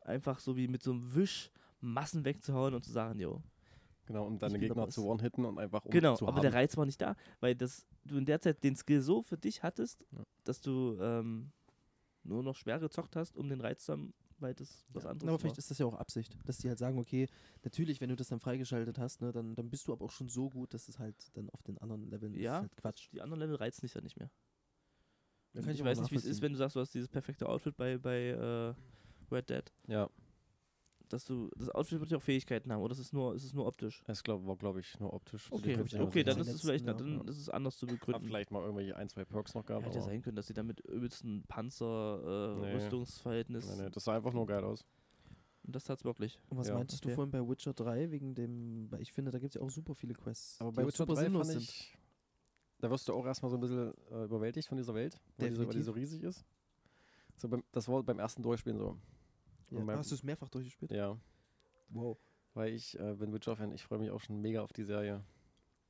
einfach so wie mit so einem Wisch Massen wegzuhauen und zu sagen, jo.
Genau, um deine
bin
Gegner
raus.
zu one-hitten und einfach um
Genau,
zu
aber
haben.
der Reiz war nicht da, weil das, du in der Zeit den Skill so für dich hattest,
Ja.
dass du ähm, nur noch schwer gezockt hast, um den Reiz zu haben, weil das was
Na,
anderes
aber vielleicht
war.
ist das ja auch Absicht, dass die halt sagen, okay, natürlich, wenn du das dann freigeschaltet hast, ne, dann, dann bist du aber auch schon so gut, dass es halt dann auf den anderen Leveln das
Ja.
ist halt Quatsch.
Die anderen Level reizen dich ja nicht mehr.
Da
Und
kann ich
ich
aber
weiß nicht, wie es ist,
nachvollziehen.
wenn du sagst, du hast dieses perfekte Outfit bei, bei äh, Red Dead.
ja,
dass du das Outfit wird ja auch Fähigkeiten haben oder ist es nur ist es nur optisch?
es glaub, war, glaube ich, nur optisch.
Okay,
Sieht
Also glaub ich
okay,
man
auch, ja.
dann
so.
ist es vielleicht
Ja.
dann ist es anders zu
Hat
begründen.
vielleicht mal irgendwelche ein, zwei Perks noch gehabt.
Hätte ja
aber-
sein können, dass sie dann mit übelsten Panzer äh,
Nee.
Rüstungsverhältnis
Nee, nee, das sah einfach nur geil aus.
und das tat's wirklich.
Und was
Ja,
meintest du
okay.
vorhin bei Witcher 3 wegen dem, weil ich finde, da gibt es ja auch super viele Quests,
Aber
die
bei
auch
Witcher
super
3
sinnlos
fand
sind.
ich, da wirst du auch erstmal so ein bisschen äh, überwältigt von dieser Welt, weil die, so, weil die
Definitiv.
so riesig ist. So beim, das war beim ersten Durchspielen so.
Ja.
Und beim-
Hast du es mehrfach durchgespielt?
Ja,
Wow.
weil ich äh, bin Witcher-Fan, ich freue mich auch schon mega auf die Serie.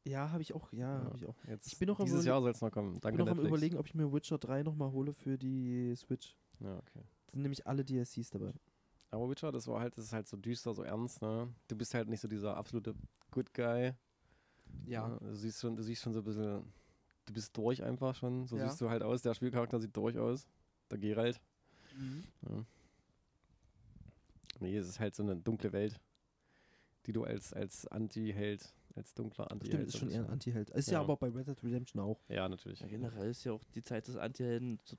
Ja, habe ich auch. Ja,
Ja.
habe ich auch.
Jetzt
Ich bin noch am
dieses
Überle-
Jahr soll es noch kommen.
Ich
Danke,
bin noch am
Netflix.
überlegen, ob ich mir Witcher 3 nochmal hole für die Switch.
Ja, okay.
Da sind nämlich alle DLCs dabei.
Aber Witcher, das war halt, das ist halt so düster, so ernst, ne? Du bist halt nicht so dieser absolute Good Guy. ne? Du siehst schon, du siehst schon so ein bisschen, du bist durch einfach schon. So
Ja.
siehst du halt aus. Der Spielcharakter sieht durch aus. Der Geralt. Ja. Nee, es ist halt so eine dunkle Welt, die du als, als Anti-Held, als dunkler
Stimmt,
Anti-Held.
ist
so
schon eher ein
bist.
Anti-Held. Ist ja.
Ja.
aber bei Red Dead Redemption auch.
Ja, natürlich.
Ja, generell ist ja auch die Zeit des Antihelden zu-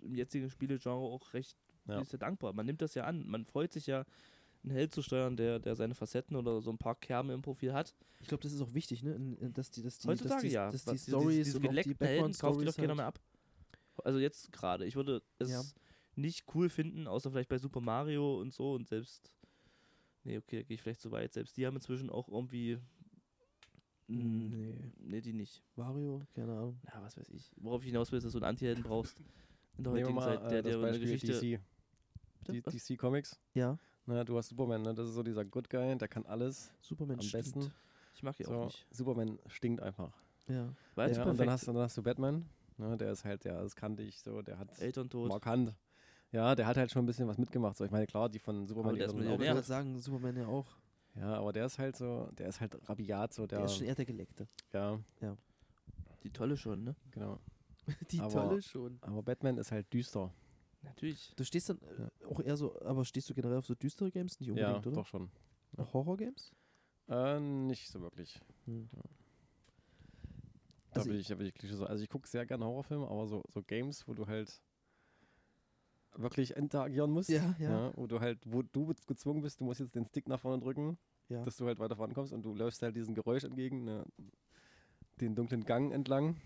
im jetzigen Spielegenre auch recht
Ja.
ist ja dankbar. Man nimmt das ja an. Man freut sich ja, einen Held zu steuern, der, der seine Facetten oder so ein paar Kerben im Profil hat.
Ich glaube, das ist auch wichtig, ne? in- in- Dass die, dass die, dass
Heutzutage
die,
ja.
dass die
Was- diese-
Stories
diese
und auch die
geleckten Helden
Background
kauft die
Stories
doch keiner mehr
halt.
ab. Also jetzt gerade. Ich würde es
Ja.
nicht cool finden, außer vielleicht bei Super Mario und so und selbst. Nee, okay, da gehe ich vielleicht zu weit. Selbst die haben inzwischen auch irgendwie.
Hm.
Mm,
Nee,
Nee,
nee die nicht.
Wario, keine Ahnung.
na, was weiß ich, worauf ich hinaus will, ist, dass du einen Antihelden brauchst in
Nehmen wir
der heutigen
mal
Zeit, halt, der
äh,
dir
das
eine
Beispiel
Geschichte.
DC.
Bitte?
Die,
Was?
DC Comics.
Ja,
Na, du hast Superman, ne? Das ist so dieser Good Guy, der kann alles.
Superman
Am
stimmt.
besten.
Ich mag die
So,
auch nicht.
Superman stinkt einfach.
Ja.
Weil
ja, und dann hast, dann hast du Batman, ne, der ist halt, der ist kantig, so, der hat
Eltern tot.
markant. Ja, der hat halt schon ein bisschen was mitgemacht. So. Ich meine, klar, die von Superman,
Aber der
die
ist
sind
Aber
auch-
ich
Millionär.
wollte sagen, Superman ja auch.
ja, aber der ist halt so, der ist halt rabiat, so der,
Der ist schon eher der Geleckte.
ja,
Die tolle schon, ne?
genau.
Die
Aber-
Tolle schon.
Aber Batman ist halt düster.
Natürlich.
Du stehst dann äh, auch eher so, aber stehst du generell auf so düstere Games? Nicht
Ja,
unbedingt, oder?
doch schon.
Horror-Games?
Äh, nicht so wirklich.
Hm.
Ja. Da
Also
bin ich, da bin ich klischee so. Also ich gucke sehr gerne Horrorfilme, aber so, so Games, wo du halt wirklich interagieren musst.
Ja, ja.
wo du halt, wo du gezwungen bist, du musst jetzt den Stick nach vorne drücken,
Ja.
dass du halt weiter vorankommst und du läufst halt diesem Geräusch entgegen, ne, den dunklen Gang entlang,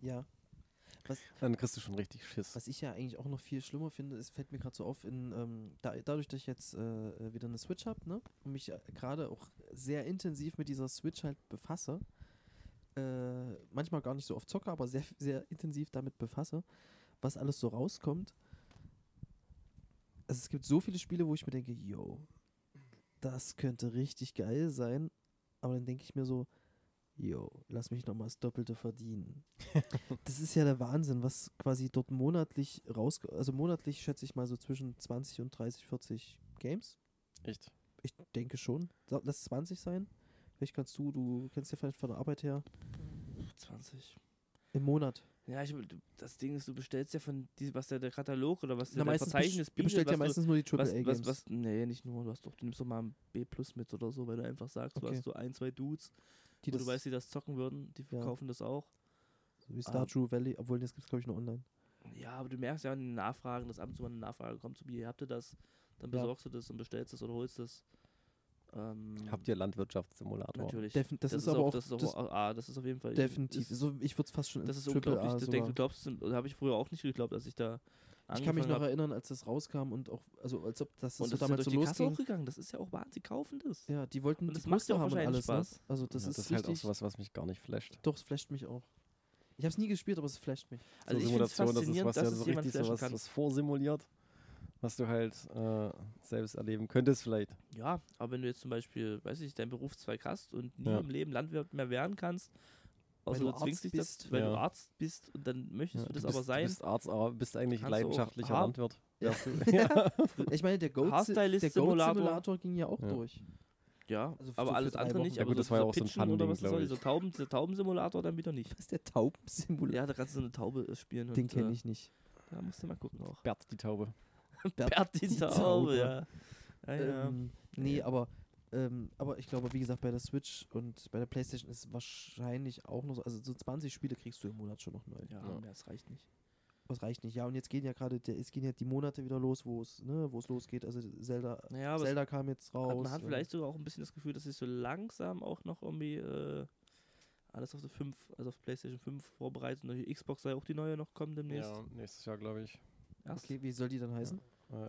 Ja.
dann kriegst du schon richtig Schiss.
Was ich ja eigentlich auch noch viel schlimmer finde, es fällt mir gerade so auf, in, ähm, da, dadurch, dass ich jetzt äh, wieder eine Switch habe ne, und mich äh, gerade auch sehr intensiv mit dieser Switch halt befasse, äh, manchmal gar nicht so oft zocke, aber sehr, sehr intensiv damit befasse, was alles so rauskommt. Also es gibt so viele Spiele, wo ich mir denke, yo, das könnte richtig geil sein, aber dann denke ich mir so, yo, lass mich nochmal das Doppelte verdienen. Das ist ja der Wahnsinn, was quasi dort monatlich raus, also monatlich schätze ich mal so zwischen 20 und 30, 40 Games.
Echt?
Ich denke schon. Sa- Lass es 20 sein. Vielleicht kannst du, du kennst ja vielleicht von der Arbeit her.
20.
Im Monat.
Ja, ich, du- das Ding ist, du bestellst ja von diesem, was der, der Katalog oder was
Na,
der, der Verzeichnis
best- bestellt ja
was
meistens nur die
du, was,
AAA-Games.
was, was, nee, nicht nur, du hast doch, du nimmst doch mal ein B Plus mit oder so, weil du einfach sagst, du
Okay.
hast so ein, zwei Dudes,
die
wo
das,
du weißt, Ah. die das zocken würden, die verkaufen das auch.
so wie Stardew Valley, obwohl das gibt es glaube ich nur online.
Ja, aber du merkst ja an den Nachfragen, dass ab und zu mal eine Nachfrage kommt zu mir, habt ihr das? Dann
Ja.
besorgst du das und bestellst es oder holst es. Ähm,
Habt ihr Landwirtschaftssimulator?
natürlich.
Defin- das, ist aber auch,
das ist auch,
das
ah, das ist auf jeden Fall
definitiv.
Ist,
so, ich würde es fast schon
das ist
ins AAA
unglaublich. Das denkst du
sogar.
glaubst, das habe ich früher auch nicht geglaubt, als ich da
Ich kann mich noch
angefangen hab.
erinnern, als das rauskam und auch, also als ob das,
und
so
das damals
damals
ist ja
so
durch die Kasse
losging.
hochgegangen. Das ist ja auch Wahnsinn, die kaufen das.
Ja, die wollten
Und das
die
macht
Poster
ja auch
haben und
wahrscheinlich
alles. Ne?
Spaß.
Also das
ja,
ist
das ist halt auch
richtig.
sowas, was mich gar nicht flasht.
Doch, es flasht mich auch. Ich habe es nie gespielt, aber es flasht mich.
Also
so
ich finde es
Simulation, das ist was
faszinierend,
ja
dass
so
es jemand
richtig so
flashen
was,
kann.
was vorsimuliert, was du halt äh, selbst erleben könntest vielleicht.
Ja, aber wenn du jetzt zum Beispiel, weiß ich, deinen Berufszweig hast und nie
Ja.
im Leben Landwirt mehr werden kannst, außer
du
du
Arzt
zwingst dich
bist.
das, weil du
Ja.
Arzt bist und dann möchtest du das
ne? du bist,
aber sein.
Du bist Arzt, aber bist eigentlich
Kannst du auch
leidenschaftlicher
Har-
Landwirt.
Ja.
Wärst du- ja.
Ich meine, der Goat Si-
Haarstylist-
der
Simulator.
Goat-Simulator ging ja auch
Ja.
durch.
Ja,
Also für-
aber
für
alles
drei
andere
Wochen.
nicht.
Ja
aber
gut, das war ja auch so ein
Pitchen
Fun-Ding,
oder was das
glaub
soll,
ich.
so Tauben, der Taubensimulator dann wieder nicht.
Was ist der Taubensimulator?
Ja, da kannst du so eine Taube äh, spielen.
Den
und,
kenne
äh,
ich nicht.
Da musst du mal gucken auch.
Bert die Taube.
Bert die Taube, ja. ja, ja.
Ähm, nee,
Ja.
aber ähm, aber ich glaube, wie gesagt, bei der Switch und bei der Playstation ist wahrscheinlich auch noch so, also so 20 Spiele kriegst du im Monat schon noch neu.
ja,
ja.
mehr, das reicht nicht.
Das reicht nicht. Ja, und jetzt gehen ja gerade, der- es gehen ja die Monate wieder los, wo es, ne, wo es losgeht. Also Zelda,
Naja, aber es
Zelda kam jetzt raus.
hat, man hat
und-
vielleicht sogar auch ein bisschen das Gefühl, dass sie so langsam auch noch irgendwie äh, alles auf der 5, also auf PlayStation 5 vorbereiten. Und die Xbox soll ja auch die neue noch kommen demnächst.
Ja, nächstes Jahr, glaube ich.
Erst.
Okay, wie soll die dann heißen?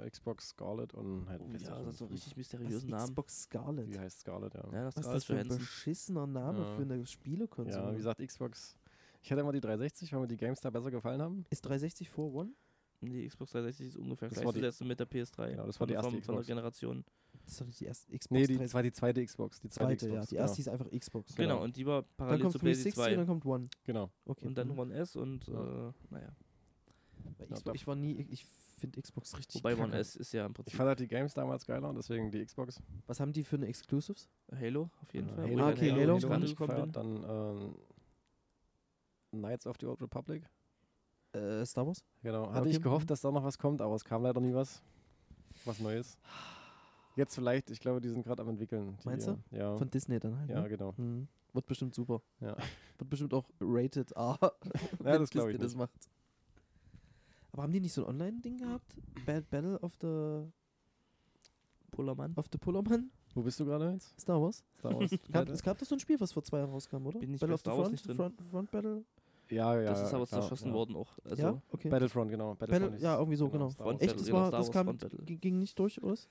Äh, Xbox Scarlet und halt
Oh, ja,
PlayStation
das ist so ein
5.
richtig
Was,
mysteriösen Namen.
Xbox Scarlet.
Die heißt Scarlet, ja.
Ja, das
Was
ist
ist das für ein
Hansen.
beschissener Name
Ja.
für eine
Ja,
Spielekonsole?
wie gesagt, Xbox. Ich hatte immer die 360, weil mir die Games da besser gefallen haben.
ist 360 vor One?
Die Xbox 360 ist ungefähr
Das war die-
gleichzusetzen mit der PS3.
Genau, das war
von
die
der-
erste
von, von der
Xbox.
Generation.
Das ist doch nicht die erste Xbox.
Nee, die,
360.
das war die zweite Xbox. Die zweite,
zweite, ja.
Xbox.
Die erste hieß einfach Xbox.
Genau.
Genau.
und die war
Dann
parallel
kommt
zu PlayStation
360 und
2.
dann kommt One.
Genau.
Okay.
Und dann
mhm.
One S und,
Ja.
äh, naja.
Weil
Ja,
Xbox-
doch.
Ich war nie, ich finde Xbox richtig
Wobei
kacke.
One S ist ja im
Ich
Prinzip
fand halt die Games damals geiler und deswegen die Xbox.
Was haben die für eine Exclusives?
Halo, auf jeden
Äh,
Fall. wo
Halo.
ich an
Okay, Halo.
nicht
Halo
dran
hab ich
rangekommen
gefeiert.
bin.
Dann ähm, Knights of the Old Republic.
Äh, Star Wars?
Genau. Hatte
Okay.
ich gehofft, dass da noch was kommt, aber es kam leider nie was. Was Neues. Jetzt vielleicht, ich glaube, die sind gerade am entwickeln. Die,
Meinst du?
Ja.
Von Disney dann halt.
Ja,
ne?
genau.
Mhm. Wird bestimmt super.
Ja.
Wird bestimmt auch rated R.
Ja, das glaube ich
das
nicht.
macht. Aber haben die nicht so ein Online-Ding gehabt? Bad Battle of the,
Pullermann.
of the Pullerman?
Wo bist du gerade jetzt?
Star Wars?
Star Wars?
Gab, es gab doch so ein Spiel, was vor zwei Jahren rauskam, oder?
Bin ich
Battle
bei
of the
Star Wars
Front,
nicht drin.
Front, Front Battle?
ja, ja.
Das ist
ja,
aber
klar,
zerschossen
ja.
worden auch. Also
ja, okay.
Battlefront, genau.
Battle,
ist-
ja, irgendwie so, genau.
Star Wars
Echt?
Battle.
Das
genau,
war-
Star
das
Wars
kam-
Front Battle.
G- Ging nicht durch, oder? was?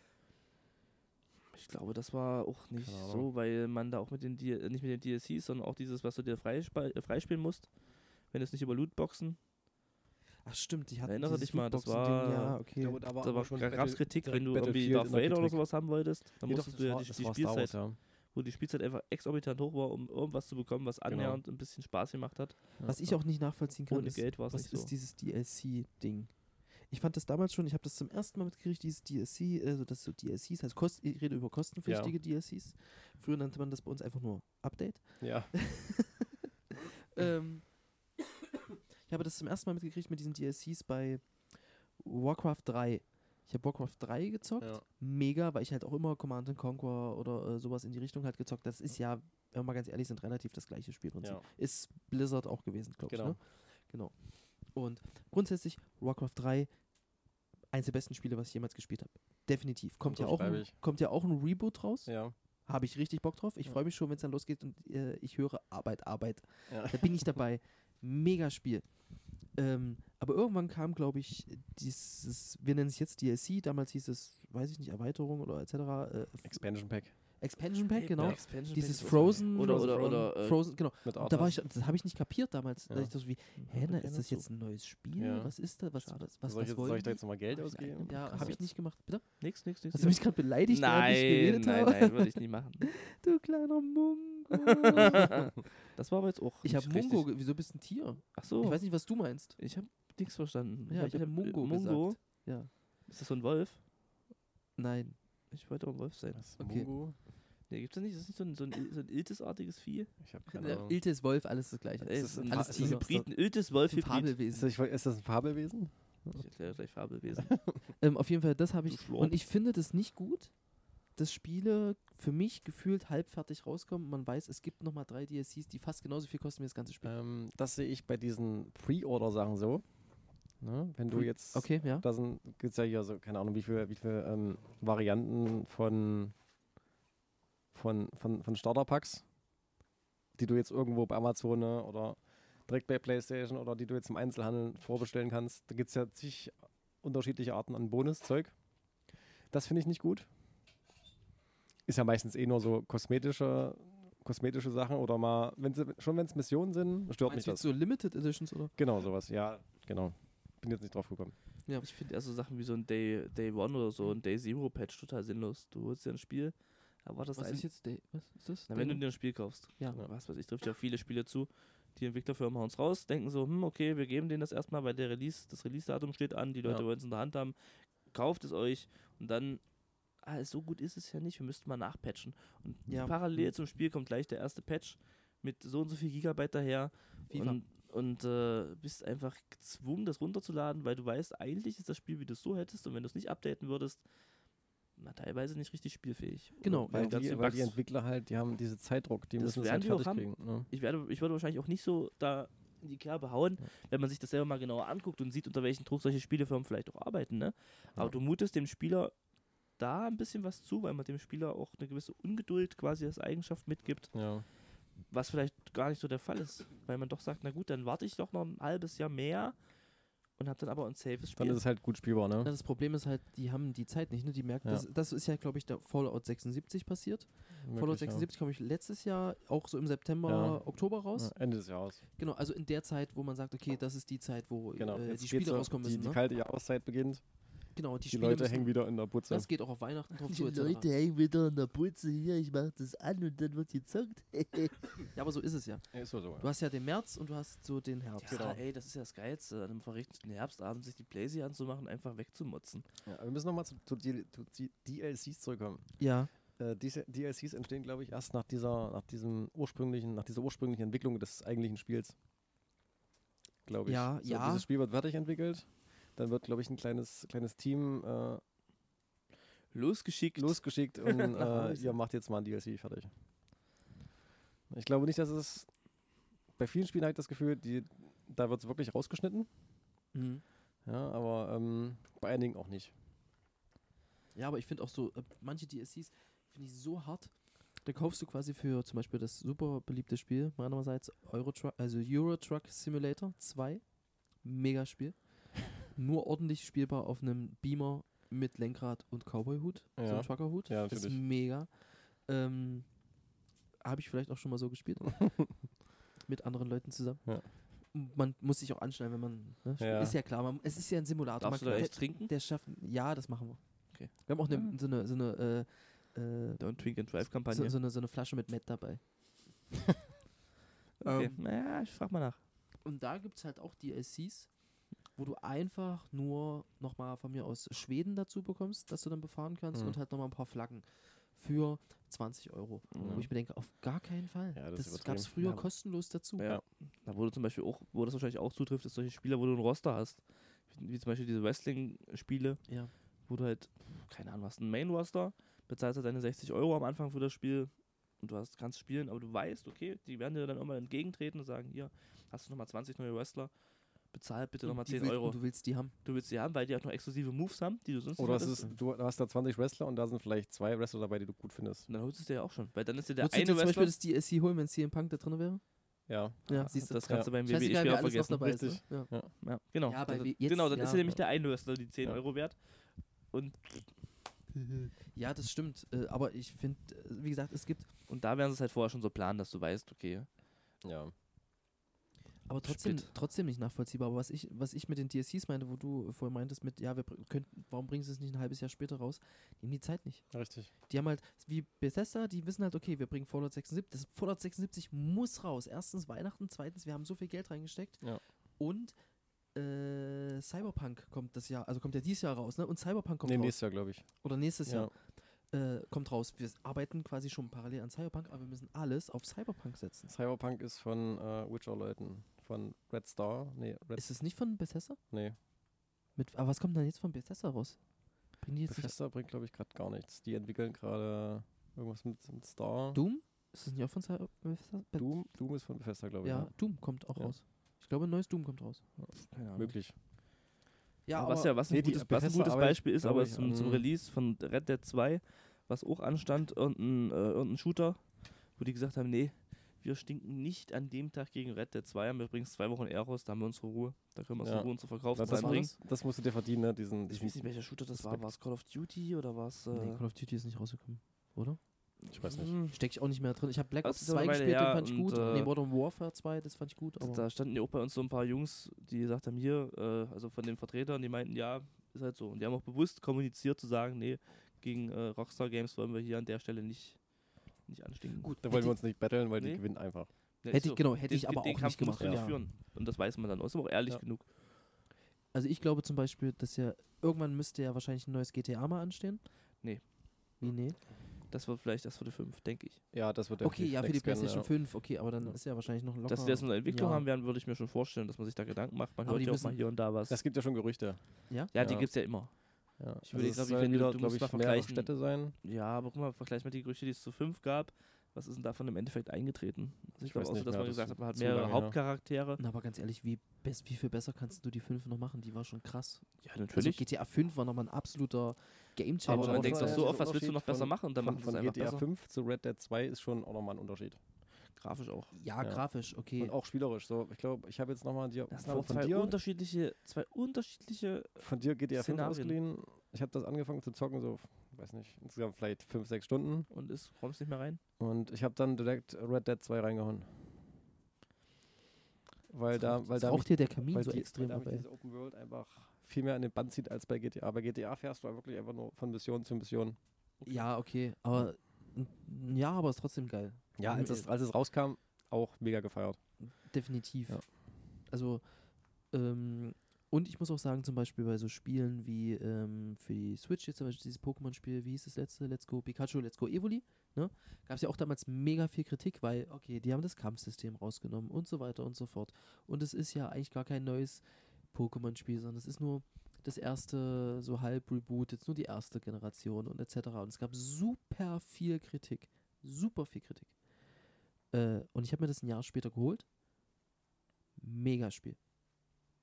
Ich glaube, das war auch nicht
Keine Ahnung.
so, weil man da auch mit den D äh, nicht mit den DLCs, sondern auch dieses, was du dir freispa- äh, freispielen musst, wenn du es nicht über Lootboxen.
Ach stimmt, die hatten
Erinnere
dieses
dich mal, das
Lootboxen-Ding,
war-
Ja, okay.
wurde aber
da
auch schon
gab es
Battle-
Kritik, wenn
direkt
du irgendwie
Battlefield
Darth
in der
Vader oder
Kritik.
sowas haben wolltest, dann
Nee, doch,
musstest
das
du ja
war-
die,
das
die
war Star Wars,
Spielzeit,
ja. Genau.
wo die Spielzeit einfach exorbitant hoch war, um irgendwas zu bekommen, was annähernd ein bisschen Spaß gemacht hat.
Was ich auch nicht nachvollziehen kann,
Ohne
ist,
Geld war es
was
nicht
ist
so.
dieses DLC-Ding? Ich fand das damals schon, ich habe das zum ersten Mal mitgekriegt, dieses DLC, also das so DLCs, also Kost, ich rede über kostenpflichtige DLCs. Früher nannte man das bei uns einfach nur Update.
Ja,
Ähm, ich habe das zum ersten Mal mitgekriegt mit diesen DLCs bei Warcraft 3. Ich habe Warcraft 3 gezockt.
Ja.
Mega, weil ich halt auch immer Command and Conquer oder äh, sowas in die Richtung halt gezockt. Das ist ja, wenn wir mal ganz ehrlich sind, relativ das gleiche Spielprinzip.
Ja.
Ist Blizzard auch gewesen, glaube ich.
Genau.
Ne? Genau. Und grundsätzlich Warcraft 3 eins der besten Spiele, was ich jemals gespielt habe. Definitiv. Kommt ja, auch
Unterschreibe
ein,
ich.
kommt ja auch ein Reboot raus.
ja.
Habe ich richtig Bock drauf. Ich
Ja.
freue mich schon, wenn es dann losgeht und äh, ich höre Arbeit, Arbeit.
Ja.
Da bin ich dabei. Mega Spiel. Ähm, aber irgendwann kam, glaube ich, dieses, wir nennen es jetzt DLC, damals hieß es, weiß ich nicht, Erweiterung oder etc. Äh, F-
Expansion Pack
Expansion Pack, genau.
ja.
Expansion
Dieses
Pack ist-
Frozen
Oder,
Frozen
oder,
Throne.
oder, äh,
Frozen, genau.
mit
Und da war ich, das habe ich nicht kapiert damals. Da
Ja.
ich so wie,
ne,
hä, na, ist das jetzt ein neues Spiel?
Ja.
Was ist da? Was,
Schade.
was, was
soll, ich
was
jetzt, soll
wollen
ich da
die?
jetzt nochmal Geld
Ach,
ausgeben?
nein.
Ja,
Krass.
habe ich nicht gemacht. Bitte?
Nix, nix, nix.
Hast du mich gerade beleidigt, während ich geredet
nein,
habe?
nein, würde ich nie machen.
Du kleiner Mungo.
das war aber jetzt auch.
Ich habe
nicht richtig- Oh.
Mungo, ge- wieso bist du ein Tier?
Ach so.
Ich weiß nicht, was du meinst.
Ich habe nichts verstanden.
Ja, ich
hab- äh,
hab Mungo
Mungo.
gesagt. Ja.
Ist das so ein Wolf?
Nein.
Ich wollte auch ein Wolf sein.
Was?
Okay.
Mungo?
Nee, gibt's das nicht? Ist das nicht so ein, so ein, Il- so ein iltesartiges Vieh?
äh, Ich hab keine
Genau.
Ahnung.
Iltis Wolf, alles das gleiche.
Ey,
ist
es
ein
ein,
Fa-
alles
es
ein
ist
Hybrid,
ein
ein Iltes-Wolf-Hybrid.
Ist das,
Fabelwesen.
ich wollt- ist das ein Fabelwesen?
Ich erkläre gleich Fabelwesen.
Ähm, auf jeden Fall, das habe
Du
ich.
Schlorp.
Und ich finde das nicht gut, dass Spiele für mich gefühlt halbfertig rauskommen. Man weiß, es gibt nochmal drei DLCs, die fast genauso viel kosten wie das ganze Spiel.
Ähm, das sehe ich bei diesen Pre-Order-Sachen so. Ne? Wenn du
Pre-
jetzt.
Okay, ja.
Da sind gibt's ja hier so, keine Ahnung, wie viele wie viel, ähm, Varianten von, von, von, von Starterpacks, die du jetzt irgendwo bei Amazon ne, oder direkt bei PlayStation oder die du jetzt im Einzelhandel vorbestellen kannst. Da gibt es ja zig unterschiedliche Arten an Bonuszeug. Das finde ich nicht gut. Ist ja meistens eh nur so kosmetische, kosmetische Sachen oder mal, wenn sie, schon wenn es Missionen sind, stört mich
Meinst du jetzt
das.
so Limited Editions oder?
Genau, sowas, ja, genau. Bin jetzt nicht drauf gekommen.
Ich finde eher so Sachen wie so ein Day, Day One oder so ein Day Zero Patch total sinnlos. Du holst dir ein Spiel, aber das
Was
ein,
ist jetzt Day? Was ist das?
Na, wenn du dir ein Spiel kaufst.
Ja.
Was weiß ich, trifft ja auf viele Spiele zu. Die Entwicklerfirmen hauen es raus, denken so, hm, okay, wir geben denen das erstmal, weil der Release, das Release-Datum steht an, die Leute
Ja.
wollen es in der Hand haben, kauft es euch und dann, ah, so gut ist es ja nicht, wir müssten mal nachpatchen. Und
Ja.
parallel
Mhm.
zum Spiel kommt gleich der erste Patch mit so und so viel Gigabyte daher
FIFA.
und, und äh, bist einfach gezwungen, das runterzuladen, weil du weißt, eigentlich ist das Spiel, wie du es so hättest und wenn du es nicht updaten würdest, na, teilweise nicht richtig spielfähig. Oder
Genau,
Weil,
die ganzen
die, weil die
Bugs-
Entwickler halt, die haben diese Zeitdruck, die
Das
müssen es
werden
halt
die auch
fertig kriegen. Ne?
ich werde, ich würde wahrscheinlich auch nicht so da in die Kerbe hauen, wenn man sich das selber mal genauer anguckt und sieht, unter welchen Druck solche Spielefirmen vielleicht auch arbeiten. Ne? Aber
Ja.
du mutest dem Spieler da ein bisschen was zu, weil man dem Spieler auch eine gewisse Ungeduld quasi als Eigenschaft mitgibt,
Ja.
was vielleicht gar nicht so der Fall ist, weil man doch sagt, na gut, dann warte ich doch noch ein halbes Jahr mehr und habe dann aber ein safes
Dann
Spiel.
ist es halt gut spielbar,
Na,
ne?
Das Problem ist halt, die haben die Zeit nicht. Ne? Die merken,
Ja.
das, das ist ja, glaube ich, der Fallout 76 passiert. Fallout
Möglich, ja.
76 komme ich letztes Jahr auch so im September,
Ja.
Oktober raus.
Ja, Ende des Jahres.
Genau, also in der Zeit, wo man sagt, okay, das ist die Zeit, wo
Genau.
äh, die
Jetzt
Spiele
geht's so-
rauskommen
die,
müssen.
die
ne?
kalte Jahreszeit beginnt.
Genau, die,
Die,
Spiele
Leute
müssen,
hängen wieder in der Putze.
Das geht auch auf Weihnachten drauf
Die
zu. etc.
Leute hängen wieder an der Putze hier, ich mach das an und dann wird gezockt.
Ja, aber so ist es ja.
Ja, ist so, so.
Du hast ja den März und du hast so den Herbst.
ja,
genau.
ey, das ist ja das Geilste, an einem verregneten Herbstabend sich die Blazy anzumachen, einfach wegzumotzen.
Ja, aber wir müssen nochmal zu, zu, D- zu D- DLCs zurückkommen.
Ja,
Äh, diese DLCs entstehen, glaube ich, erst nach dieser, nach diesem ursprünglichen, nach dieser ursprünglichen Entwicklung des eigentlichen Spiels. Glaube ich.
Ja,
so,
ja.
Dieses Spiel wird fertig entwickelt. Dann wird, glaube ich, ein kleines, kleines Team äh,
Losgeschickt.
losgeschickt und äh,
Hause.
ihr macht jetzt mal ein DLC fertig. Ich glaube nicht, dass es. Bei vielen Spielen habe ich das Gefühl, die, da wird es wirklich rausgeschnitten.
mhm.
Ja, aber ähm, bei einigen auch nicht.
ja aber ich finde auch so, äh, manche DLCs finde ich so hart. Da kaufst du quasi für zum Beispiel das super beliebte Spiel, meinerseits Euro Truck, also Euro Truck Simulator 2. Mega Spiel. Nur ordentlich spielbar auf einem Beamer mit Lenkrad und Cowboy-Hut. So
Ja.
einem Trucker-Hut.
Ja,
das ist
natürlich.
mega. Ähm, Habe ich vielleicht auch schon mal so gespielt. mit anderen Leuten zusammen.
Ja.
Man muss sich auch anschneiden, wenn man. Ne, spielt.
Ja.
Ist ja klar, man, es ist ja ein Simulator.
Darfst du
man,
da
der-
echt trinken?
Der schafft. Ja, das machen wir.
Okay.
Wir haben auch ne, so eine, so eine, äh, äh,
Don't Drink and
so,
Drive-Kampagne.
so eine, so eine Flasche mit Matt dabei.
okay.
Ähm,
naja, ich frag mal nach.
Und da gibt es halt auch DLCs, wo du einfach nur nochmal von mir aus Schweden dazu bekommst, dass du dann befahren kannst
Mhm.
und halt nochmal ein paar Flaggen für 20 Euro.
Ja.
Wo ich mir denke, auf gar keinen Fall.
Mhm. Ja, das
das
ist
gab es früher
übertrieben. Ja.
kostenlos dazu.
Ja.
Da wurde zum Beispiel auch, wo das wahrscheinlich auch zutrifft, ist solche Spiele, wo du einen Roster hast. Wie, wie zum Beispiel diese Wrestling-Spiele,
Ja.
wo du halt, keine Ahnung, hast einen Main-Roster, bezahlst halt deine 60 Euro am Anfang für das Spiel und du hast, kannst spielen, aber du weißt, okay, die werden dir dann irgendwann entgegentreten und sagen, hier, hast du nochmal 20 neue Wrestler, bezahl bitte
Und
nochmal
die
10
willst-
Euro.
und Du willst die haben.
Du willst die haben, weil die halt noch exklusive Moves haben, die du sonst
Oder
nicht
es
hattest.
ist, du hast da 20 Wrestler und da sind vielleicht zwei Wrestler dabei, die du gut findest.
Und dann holst du es dir ja auch schon, weil dann ist dir der
Würdest du
eine
dir zum Beispiel
Wrestler,
das DLC holen, wenn CM Punk da drin wäre?
Ja.
Ja, siehst du.
das kannst du beim WWE-Spiel
Scheißegal, wer
auch
alles noch
vergessen.
dabei ist. Ne?
Richtig.
Ja.
Ja, genau.
Ja, bei
Also,
W- jetzt,
genau, dann ist
ja.
ja nämlich der eine Wrestler die 10
Ja.
Euro wert. Und,
ja, das stimmt. Äh, aber ich finde, äh, wie gesagt, es gibt
und da werden sie es halt vorher schon so planen, dass du weißt, okay,
Ja.
Aber trotzdem,
Split.
trotzdem nicht nachvollziehbar. Aber was ich, was ich mit den DLCs meinte, wo du vorhin meintest, mit, ja, wir br- könnten, warum bringst du es nicht ein halbes Jahr später raus? Die haben die Zeit nicht.
Richtig.
Die haben halt, wie Bethesda, die wissen halt, okay, wir bringen Fallout 76. Das Fallout 76 muss raus. Erstens Weihnachten, zweitens, wir haben so viel Geld reingesteckt.
Ja.
Und äh, Cyberpunk kommt das Jahr, also kommt ja dieses Jahr raus, ne? Und Cyberpunk kommt
Nee,
raus.
nächstes Jahr, glaube ich.
Oder nächstes
Ja.
Jahr äh, kommt raus. Wir arbeiten quasi schon parallel an Cyberpunk, aber wir müssen alles auf Cyberpunk setzen.
Cyberpunk ist von äh, Witcher-Leuten. Von Red Star. Nee, Red
Ist es nicht von Bethesda?
nee.
Mit, aber was kommt denn jetzt von Bethesda raus? Bringen die jetzt nicht
Bethesda bringt, glaube ich, gerade gar nichts. Die entwickeln gerade irgendwas mit, mit Star.
Doom? Ist das nicht auch von Cy- Bethesda? Be-
Doom, Doom ist von Bethesda, glaube ich. ne?
Ja,
Ja.
Doom kommt auch
Ja.
raus. Ich glaube, ein neues Doom kommt raus.
keine Ahnung.
Möglich.
Ja,
was ja was ein
Nee, die
gutes, was ein
Bethesda
gutes
arbeitet,
Beispiel ist,
glaub
aber
ich,
zum, zum
an-
Release von Red Dead 2, was auch anstand, irgendein, äh, irgendein Shooter, wo die gesagt haben, nee, wir stinken nicht an dem Tag gegen Red Dead 2, haben wir übrigens zwei Wochen eher raus, da haben wir unsere Ruhe, da können wir unsere
Ja.
Ruhe unsere
Das,
Verkaufszahlen
das,
war
bringen.
das, das musst du dir verdienen, ne? diesen,
Ich
diesen
weiß nicht, welcher Shooter das war,
Respekt.
war es Call of Duty oder war es... Äh,
nee, Call of Duty ist nicht rausgekommen, oder?
Ich weiß nicht.
hm,
Stecke ich auch nicht mehr drin. Ich habe Black
Das
Ops
ist aber
2
meine,
gespielt,
ja,
den fand ich
und,
gut.
äh,
nee, Modern Warfare 2, das fand ich gut. Aber
Also Da standen ja auch bei uns so ein paar Jungs, die gesagt haben, hier, äh, also von den Vertretern, die meinten, ja, ist halt so. Und die haben auch bewusst kommuniziert zu sagen, nee, gegen äh, Rockstar Games wollen wir hier an der Stelle nicht, nicht anstinken.
gut,
Da wollen
hätte
wir uns nicht battlen, weil
Nee.
die gewinnen einfach.
Ja, ist
Hätte ich,
so.
genau, hätte ich
Den-
aber
den
auch
Kampf
nicht gemacht.
musst du
Ja.
führen. Und das weiß man dann. auch. Ist aber auch ehrlich
Ja.
genug.
Also ich glaube zum Beispiel, dass ja irgendwann müsste ja wahrscheinlich ein neues GTA mal anstehen.
Nee.
Wie, nee?
Das wird vielleicht das für die 5, denke ich.
Ja, das wird
Okay,
definitiv
ja, für die
next gen,
PlayStation
ja.
5, okay, aber dann
Ja.
ist ja wahrscheinlich noch locker.
Dass wir das in der Entwicklung
Ja.
haben werden, würde ich mir schon vorstellen, dass man sich da Gedanken macht. Man
Aber
hört
die
ja auch mal
müssen-
hier und da was.
Es gibt ja schon Gerüchte.
ja, die
ja.
gibt es ja immer.
Ja. Also
Ich würde,
es
glaub ich,
sollen
wenn du-
wieder,
du
glaub
musst
ich,
mal
mehrere
vergleichen.
Städte sein.
Ja, aber guck mal, vergleich mal die Gerüchte, die es zu 5 gab. Was ist denn davon im Endeffekt eingetreten? Also ich,
Ich
glaube
weiß
auch so,
nicht
dass
mehr,
man
das
gesagt
ist
hat, man hat
zu
mehrere
lange her.
Hauptcharaktere.
Na, aber ganz ehrlich, wie, bes- wie viel besser kannst du die 5 noch machen? Die war schon krass.
Ja, natürlich.
Also GTA 5 war nochmal ein absoluter Gamechanger.
aber man
schon
denkt
mal
doch so
der
oft, was willst du
Unterschied
noch besser
von-
machen? Dann
Von,
macht es
von
einfach
GTA
besser.
5 zu Red Dead 2 ist schon auch nochmal ein Unterschied.
Grafisch auch.
Ja,
Ja.
grafisch, okay.
Und auch spielerisch. So, ich glaube, ich habe jetzt nochmal dir
Das sind
von,
aber
von
zwei
dir,
unterschiedliche, zwei unterschiedliche.
von dir GTA 5
Szenarien.
ausgeliehen. Ich habe das angefangen zu zocken, so, weiß nicht, insgesamt vielleicht 5, 6 Stunden.
Und ist kommst nicht mehr rein.
Und ich habe dann direkt Red Dead 2 reingehauen. Weil
Jetzt
da,
raucht-
weil
jetzt
da
raucht hier der Kamin
weil
so
die,
extrem
weil da mich
dabei.
diese Open World einfach viel mehr an den Band zieht als bei GTA. Bei GTA fährst du halt wirklich einfach nur von Mission zu Mission.
Ja, okay, aber n- ja, aber ist trotzdem geil.
Ja, als es, Äh, als es rauskam, auch mega gefeiert.
Definitiv.
Ja.
Also, ähm, und ich muss auch sagen, zum Beispiel bei so Spielen wie ähm, für die Switch, jetzt zum Beispiel dieses Pokémon-Spiel, wie hieß das letzte? Let's Go Pikachu, Let's Go Evoli, ne? Gab es ja auch damals mega viel Kritik, weil, okay, die haben das Kampfsystem rausgenommen und so weiter und so fort. Und es ist ja eigentlich gar kein neues Pokémon-Spiel, sondern es ist nur das erste, so halb Reboot, jetzt nur die erste Generation und etc. Und es gab super viel Kritik. Super viel Kritik. Äh, und ich habe mir das ein Jahr später geholt. Mega Spiel.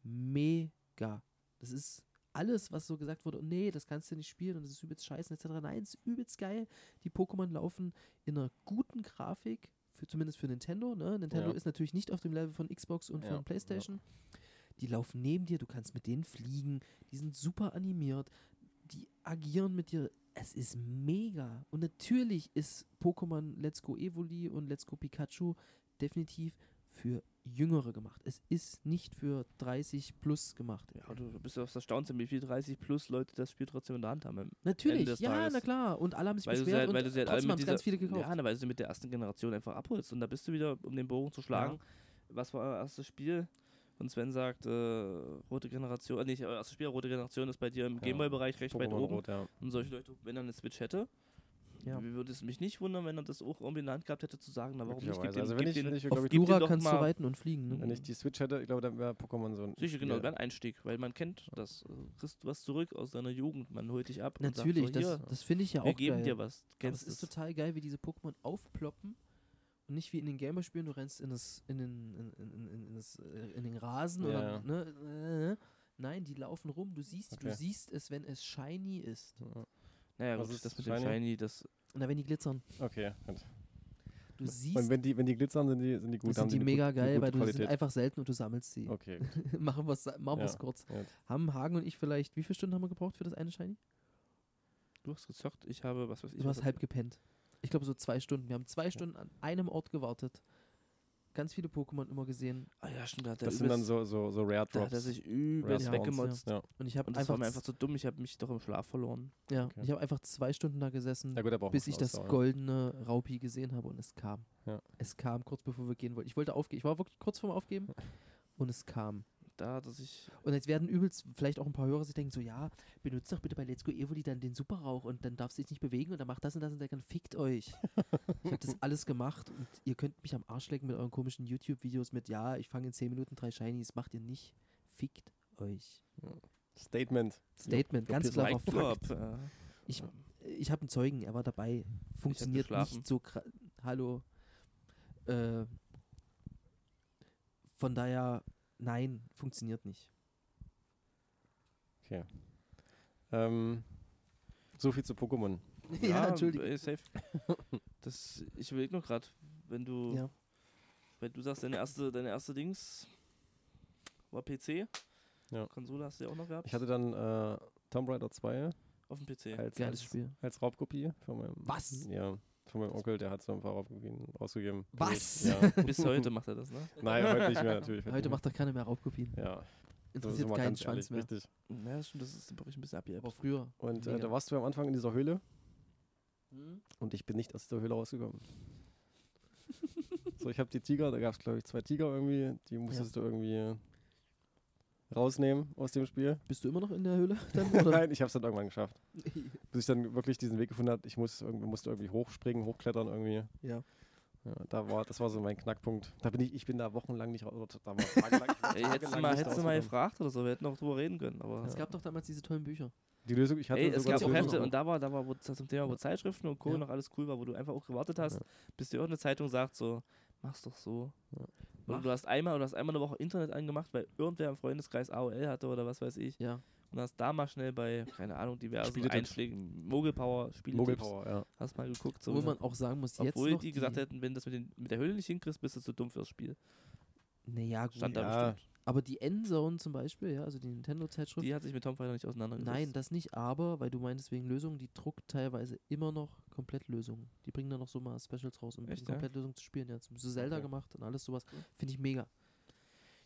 Mega. Das ist alles, was so gesagt wurde, nee, das kannst du nicht spielen und das ist übelst scheiße etc. Nein, es ist übelst geil. Die Pokémon laufen in einer guten Grafik, für, zumindest für Nintendo. Ne? Nintendo
Ja.
ist natürlich nicht auf dem Level von Xbox und
Ja, ja.
von PlayStation. Die laufen neben dir, du kannst mit denen fliegen, die sind super animiert, die agieren mit dir. Es ist mega. Und natürlich ist Pokémon Let's Go Evoli und Let's Go Pikachu definitiv für Jüngere gemacht. Es ist nicht für 30 plus gemacht.
Ja, du, du bist ja auch erstaunt, wie viel 30 plus Leute das Spiel trotzdem in der Hand haben. im- Ende
Natürlich,
des
ja,
Tages.
na klar. Und alle haben sich
Weil du sie
beschwert
halt,
und
weil du sie halt alle
trotzdem
mit
haben es
dieser-
ganz viele gekauft.
Ja, na, weil du sie mit der ersten Generation einfach abholst. Und da bist du wieder, um den Bogen zu schlagen. Was war euer erstes Spiel? Und Sven sagt, äh, rote Generation, äh, nicht, euer erstes Spiel, rote Generation ist bei dir im
Ja.
Gameboy-Bereich recht weit
Pokémon
oben.
Rot, ja.
Und solche Leute, wenn er eine Switch hätte,
Ja.
würde es mich nicht wundern, wenn er das auch irgendwie in der Hand gehabt hätte, zu sagen, na warum nicht? Gib
Möglicherweise.
den,
Also wenn
gib
ich,
den
wenn ich, glaub
Auf
ich,
gib dir
Dura
doch
kannst du
mal-
reiten und fliegen. Ne?
wenn ich die Switch hätte, ich glaube, dann wäre Pokémon so ein.
Sicher, genau,
Ja.
dann Einstieg, weil man kennt das. Also, Du kriegst was zurück aus deiner Jugend, man holt dich ab.
Natürlich,
und sagt so,
das,
hier,
das finde ich ja
wir
auch
geben
geil.
dir was. Du
Aber
kennst
es ist
es.
total geil, wie diese Pokémon aufploppen und nicht wie in den Gamer-Spielen, du rennst in, das, in, den, in, in, in- in, in, das, äh, in den Rasen
Ja,
oder ne, äh, nein, die laufen rum, du siehst, du
Okay.
siehst es, wenn es shiny ist.
Naja,
Was
gut,
ist
das mit
Shiny?
dem Shiny, das
Oder wenn die glitzern.
Okay, gut.
Du siehst,
Und wenn die, wenn die glitzern, sind die, sind die gut.
das sind die,
eine
mega
gute- eine
geil,
gute
weil du sind
Qualität.
einfach selten und du sammelst sie.
Okay, gut.
machen wir es machen wir's
Ja.
kurz.
Ja.
Haben Hagen und ich vielleicht, wie viele Stunden haben wir gebraucht für das eine Shiny?
du hast gezockt, ich habe, was weiß ich.
Du
was
hast halb gepennt. Ich glaube so zwei Stunden. Wir haben zwei Stunden an einem Ort gewartet. Ganz viele Pokémon immer gesehen.
Ah ja, stimmt, da hat er
Das sind dann
übelst-
so, so, so Rare
da hat er
Drops.
sich übelst
Ja.
weggemotzt.
Ja.
Und ich habe
Und das war
einfach,
mir einfach zu dumm, ich habe mich doch im Schlaf verloren.
ja,
Okay.
ich habe einfach zwei Stunden da gesessen,
ja, gut, da braucht
bis
man
ich das
Ausdauer.
goldene Raupi gesehen habe und es kam.
Ja.
Es kam kurz bevor wir gehen wollten. Ich wollte aufgeben. Ich war wirklich kurz vorm Aufgeben und es kam.
Da hat er sich.
Und jetzt werden übelst vielleicht auch ein paar Hörer sich denken so, ja, benutzt doch bitte bei Let's Go Evoli dann den Superrauch und dann darfst du dich nicht bewegen und dann macht das und das und dann fickt euch. ich habe das alles gemacht und ihr könnt mich am Arsch lecken mit euren komischen YouTube-Videos mit, ja, ich fange in 10 Minuten drei Shinies, macht ihr nicht. Fickt euch.
Statement.
Statement, ganz klarer
Mic drop.
Fakt.
Ja.
Ich, ich habe einen Zeugen, er war dabei. Funktioniert
geschlafen.
nicht so krass. Hallo. Äh, von daher, nein, funktioniert nicht.
Ähm, so viel zu Pokémon.
ey, safe. Das, ich überlege noch gerade, wenn du,
Ja.
wenn du sagst, deine erste, deine erste Dings war PC.
Ja.
Konsole hast du ja auch noch gehabt.
Ich hatte dann äh, Tomb Raider 2
auf dem PC.
als,
Geiles
als,
Spiel.
als Raubkopie von meinem.
Was?
Ja, von meinem Onkel, der hat so ein paar Raubkopien ausgegeben.
Was?
Ja.
Bis heute macht er das, ne?
Nein, heute nicht mehr, natürlich.
Heute
nicht
macht doch keiner mehr Raubkopien.
mehr. Ja, so sind
Interessiert
wir
keinen
ganz ehrlich,
Schwanz mehr.
Richtig.
Ja, das stimmt, das ist wirklich ein bisschen abgeebbt.
Aber früher.
Und äh,
Mega. Hm?
da warst du am Anfang in dieser Höhle und ich bin nicht aus dieser Höhle rausgekommen. so, ich habe die Tiger, da gab es glaube ich zwei Tiger irgendwie, die musstest du irgendwie rausnehmen aus dem Spiel.
Bist du immer noch in der Höhle dann? Oder?
Nein, ich habe es dann irgendwann geschafft. Bis ich dann wirklich diesen Weg gefunden habe, ich muss irgendwie, musste irgendwie hochspringen, hochklettern irgendwie.
ja.
Ja, da war, das war so mein Knackpunkt. Da bin ich, ich bin da wochenlang nicht raus. Oder da war tagelang, ich war
Ey, hättest du
tagelang
mal,
nicht
hättest du
rausgekommen.
mal gefragt oder so, wir hätten auch drüber reden können. Aber
Es gab doch damals diese tollen Bücher.
Die Lösung, ich hatte
Ey, es
sogar
gab
die
auch
Lösung
Hefte
auch.
und da war, da war wo, zum Thema, wo Zeitschriften und Co.
Ja.
noch alles cool war, wo du einfach auch gewartet hast,
Ja.
bis dir irgendeine Zeitung sagt so, Mach's doch so.
Ja.
Oder du hast einmal oder hast einmal eine Woche Internet angemacht, weil irgendwer im Freundeskreis AOL hatte oder was weiß ich.
Ja.
Und hast da mal schnell bei, keine Ahnung, diversen
Spieletipps.
Einschlägen, Mogelpower, Spieletipps,
Mogelpower, ja.
hast mal geguckt. So.
Obwohl man auch sagen muss, jetzt
Obwohl
noch
die gesagt hätten, wenn du das mit, den, mit der Höhle nicht hinkriegst, bist du zu dumm fürs Spiel.
naja, gut.
Stand da
Ja.
bestimmt.
Aber die Endzone zum Beispiel, ja, also die Nintendo-Zeitschrift,
Die hat sich mit Tom Fighter nicht auseinandergesetzt.
Nein, das nicht, aber weil du meinst wegen Lösungen, die druckt teilweise immer noch komplett Lösungen. Die bringen dann noch so mal Specials raus, um
Echt,
die
ja?
komplett Lösung zu spielen. Ja, so Zelda
Okay.
gemacht und alles sowas. Finde ich mega.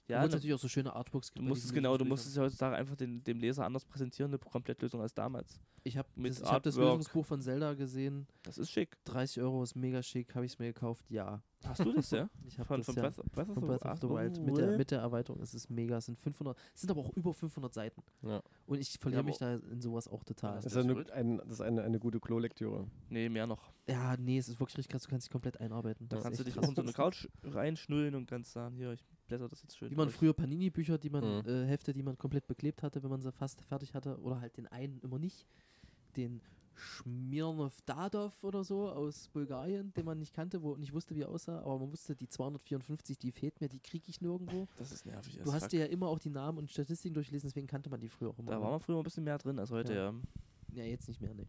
ja,
Obwohl es
na-
natürlich auch so schöne Artbooks
Du
bei
musst es
diesen
genau, du
Lösungsbüchern.
musst es heutzutage einfach den, dem Leser anders präsentieren, eine Komplettlösung als damals.
Ich habe
mit
das, ich hab das
Artwork.
Lösungsbuch von Zelda gesehen.
Das ist schick.
30 Euro ist mega schick. Habe ich es mir gekauft? Ja.
Hast du das, ja?
Ich habe
Von,
das
von
ja.
Breath, Breath, of
Von
the
Breath of the Wild mit der, mit der Erweiterung. Es ist mega. Es sind 500, es sind aber auch über 500 Seiten.
Ja.
Und ich verliere
aber-
mich da in sowas auch total.
Ah, Ist
Das
das
ist, eine,
schuld?
ein, das ist eine, eine gute Klo-Lektüre.
Nee, mehr noch.
Ja, nee, es ist wirklich richtig krass. Du kannst dich komplett einarbeiten.
Da
Das ist
kannst du
echt
dich
krass.
auch in so eine Couch reinschnullen und kannst sagen, hier, ich blätter das jetzt schön.
Wie man
durch.
früher Panini-Bücher, die man,
Mhm.
äh, Hefte, die man komplett beklebt hatte, wenn man sie fast fertig hatte, oder halt den einen immer nicht, den Schmirnov Dadov oder so aus Bulgarien, den man nicht kannte, wo nicht wusste, wie er aussah, aber man wusste, die 254, die fehlt mir, die kriege ich nirgendwo.
Das ist nervig.
Du hast
die
dir ja immer auch die Namen und Statistiken durchgelesen, deswegen kannte man die früher auch immer.
da war man früher ein bisschen mehr drin als heute, ja.
Ja. Ja, jetzt nicht mehr, ne.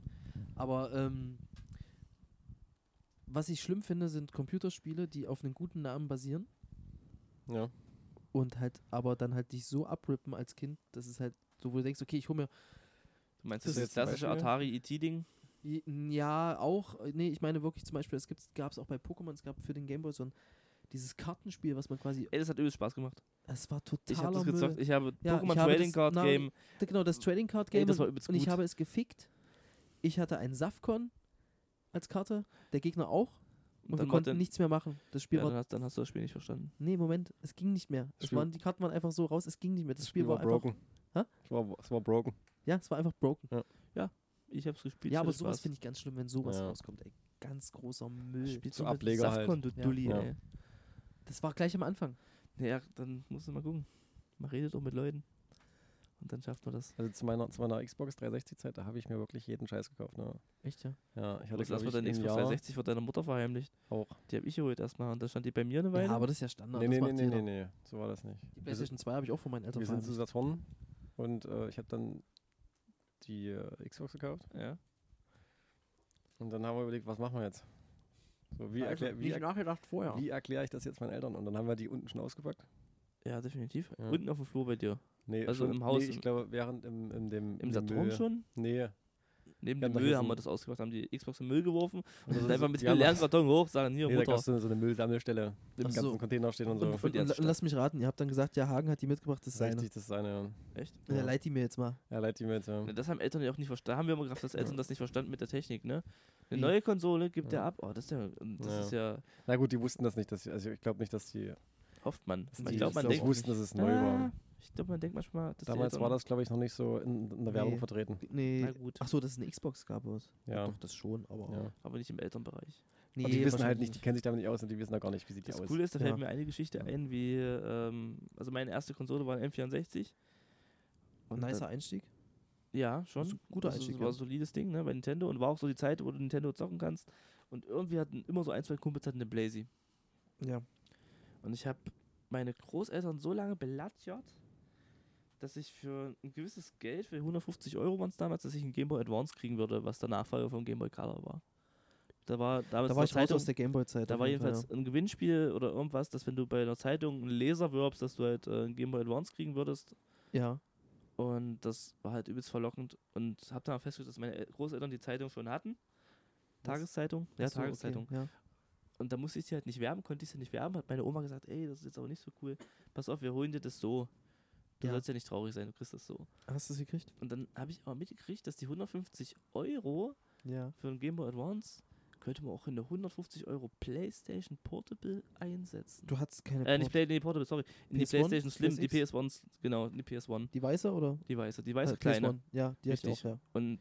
Aber ähm, was ich schlimm finde, sind Computerspiele, die auf einen guten Namen basieren.
Ja.
und halt, aber dann halt dich so abrippen als Kind, das ist halt so, wo du denkst, okay, ich hole mir,
Du meinst
Das
das, das
ist zum
klassische E
Beispiel-
Atari-ET-Ding?
i- ja, auch, äh, nee, ich meine wirklich zum Beispiel, es gab es auch bei Pokémon, es gab für den Gameboy so ein, dieses Kartenspiel, was man quasi,
Ey, das hat übelst Spaß gemacht.
es war
Ich habe
totaler
das
Müll.
gezockt. Ich habe
Ja,
Pokémon
ich habe
Trading
das-
Card
na,
Game.
D- Genau, das Trading Card
Ey,
Game
das war
und
übelst
ich
gut.
habe es gefickt. Ich hatte einen Safcon als Karte, der Gegner auch und wir
dann
konnten
warte-
nichts mehr machen. Das Spiel
ja,
war
dann, hast, dann hast du das Spiel nicht verstanden.
Nee, Moment, es ging nicht mehr. Es
Spiel-
waren, die Karten waren einfach so raus, es ging nicht mehr. Das, Spiel, war, einfach,
broken.
Hä?
Es war, es war broken.
ja, es war einfach broken.
Ich hab's gespielt.
Ja,
hatte
aber sowas
Spaß.
finde ich ganz schlimm, wenn sowas
Ja.
rauskommt, ey. Ganz großer Müll.
Spielst
So
du mit
Ableger halt.
Safcon, du
Ja.
Dulli,
Ja.
ey.
Das war gleich am Anfang.
Ja, dann musst du mal gucken. Man redet doch mit Leuten. Und dann schafft man das.
Also zu meiner, zu meiner Xbox 360-Zeit, da habe ich mir wirklich jeden Scheiß gekauft. Ne?
Echt, ja?
Ja, ich hatte,
Das
glaube
war
ich,
dein
im
Xbox
Jahr
360 von deiner Mutter verheimlicht.
auch.
Die habe ich geholt erstmal. Und dann stand die bei mir eine Weile.
Ja, aber das ist ja Standard.
Nee, nee,
das
nee,
macht
nee,
jeder.
nee, nee, so war das nicht.
Die PlayStation 2 habe ich auch von meinen Eltern
Wir sind zu
verheiratet.
Saturn und äh, ich habe dann die äh, Xbox gekauft
ja.
und dann haben wir überlegt, was machen wir jetzt? So, wie
Also,
erkläre wie erklär,
nachgedacht vorher.
wie erklär ich das jetzt meinen Eltern? Und dann haben wir die unten schon ausgepackt.
ja, definitiv.
Ja.
Unten auf dem Flur bei dir.
Nee,
Also
schon,
im Haus,
Nee, ich
im-
glaube, während im, in dem,
Im
in dem
Saturn
Müll.
schon.
Nee.
Neben
Ja,
dem
da
Müll
ist
haben
ein-
wir das ausgemacht. Haben die Xbox im Müll geworfen. Und
so-
sind einfach mit
ja,
dem leeren Karton hoch. Sagen hier,
Nee, da gab
Mutter.
es so eine Müllsammelstelle, mit
Ach
ganzen
so.
Containern stehen und
Und,
so.
und,
Und
und,
die
la-
Ärzte.
lass mich raten, ihr habt dann gesagt, ja, Hagen hat die mitgebracht, das ist seine.
Richtig, das ist eine.
Echt?
Ja.
Ja.
Leid die mir jetzt mal.
Ja, leid die mir jetzt. Ja.
Ja, Das haben Eltern ja auch nicht verstanden. Da haben wir immer gedacht, dass Eltern das nicht verstanden mit der Technik, ne? Eine
Wie?
neue Konsole gibt
Ja.
er ab. Oh, das ist ja. und Das
Ja.
ist ja.
Na gut, die wussten das nicht. Dass, also ich glaube nicht, dass die.
Hofft man.
Dass
Man
die
glaubt, man
das
denkt.
nicht wussten, dass es neu
Ah,
war.
Ich glaube, man denkt manchmal, dass die
Damals
Eltern-
war das, glaube ich, noch nicht so in, in der Werbung
Nee.
vertreten.
Nee.
Na gut.
Achso, dass es eine Xbox gab. oder was?
Ja.
Doch, das schon, aber.
ja.
Aber nicht im Elternbereich.
Nee,
und die wissen halt
wahrscheinlich
nicht, die kennen sich damit nicht aus und die wissen da gar nicht, wie sieht die
Das
aus.
Coole ist, da
Ja.
fällt mir eine Geschichte ein, wie, ähm, also meine erste Konsole war ein M64. Und
Nicer
dann-
Einstieg.
Ja, schon.
ist ein guter
das
Einstieg,
war
ja.
ein solides Ding ne, bei Nintendo und war auch so die Zeit, wo du Nintendo zocken kannst. Und irgendwie hatten immer so ein, zwei Kumpels hatten eine Blazy.
Ja.
Und ich habe meine Großeltern so lange belatschert, dass ich für ein gewisses Geld, für 150 Euro waren es damals, dass ich einen Game Boy Advance kriegen würde, was der Nachfolger vom Game Boy Color war. Da war damals
Da
noch
war ich raus
Zeitung-
aus der Gameboy-Zeit.
da
auf
war
jeden Fall,
jedenfalls ein Gewinnspiel oder irgendwas, dass wenn du bei einer Zeitung einen Leser wirbst, dass du halt äh, einen Game Boy Advance kriegen würdest.
Ja.
Und das war halt übelst verlockend. Und hab dann festgestellt, dass meine El- Großeltern die Zeitung schon hatten.
Was?
Tageszeitung? Ja,
Achso, okay,
Tageszeitung.
Ja.
Und da musste ich sie halt nicht werben, konnte ich sie nicht werben. Hat meine Oma gesagt, ey, das ist jetzt aber nicht so cool. Pass auf, wir holen dir das so. Du
Ja.
sollst ja nicht traurig sein, du kriegst das so.
Hast du es gekriegt?
Und dann habe ich aber mitgekriegt, dass die 150 Euro
Ja.
für einen Game Boy Advance könnte man auch in eine 150 Euro PlayStation Portable einsetzen.
Du hattest keine
Äh, nicht
Port-
Play, nee, Portable, sorry. In die
PS1,
PlayStation Slim, die
PSX?
PS1, genau, die PS1,
Die weiße oder?
die weiße, die weiße
Ah,
kleine.
PS1. Ja, die hatte ich auch,
Richtig.
ja.
Und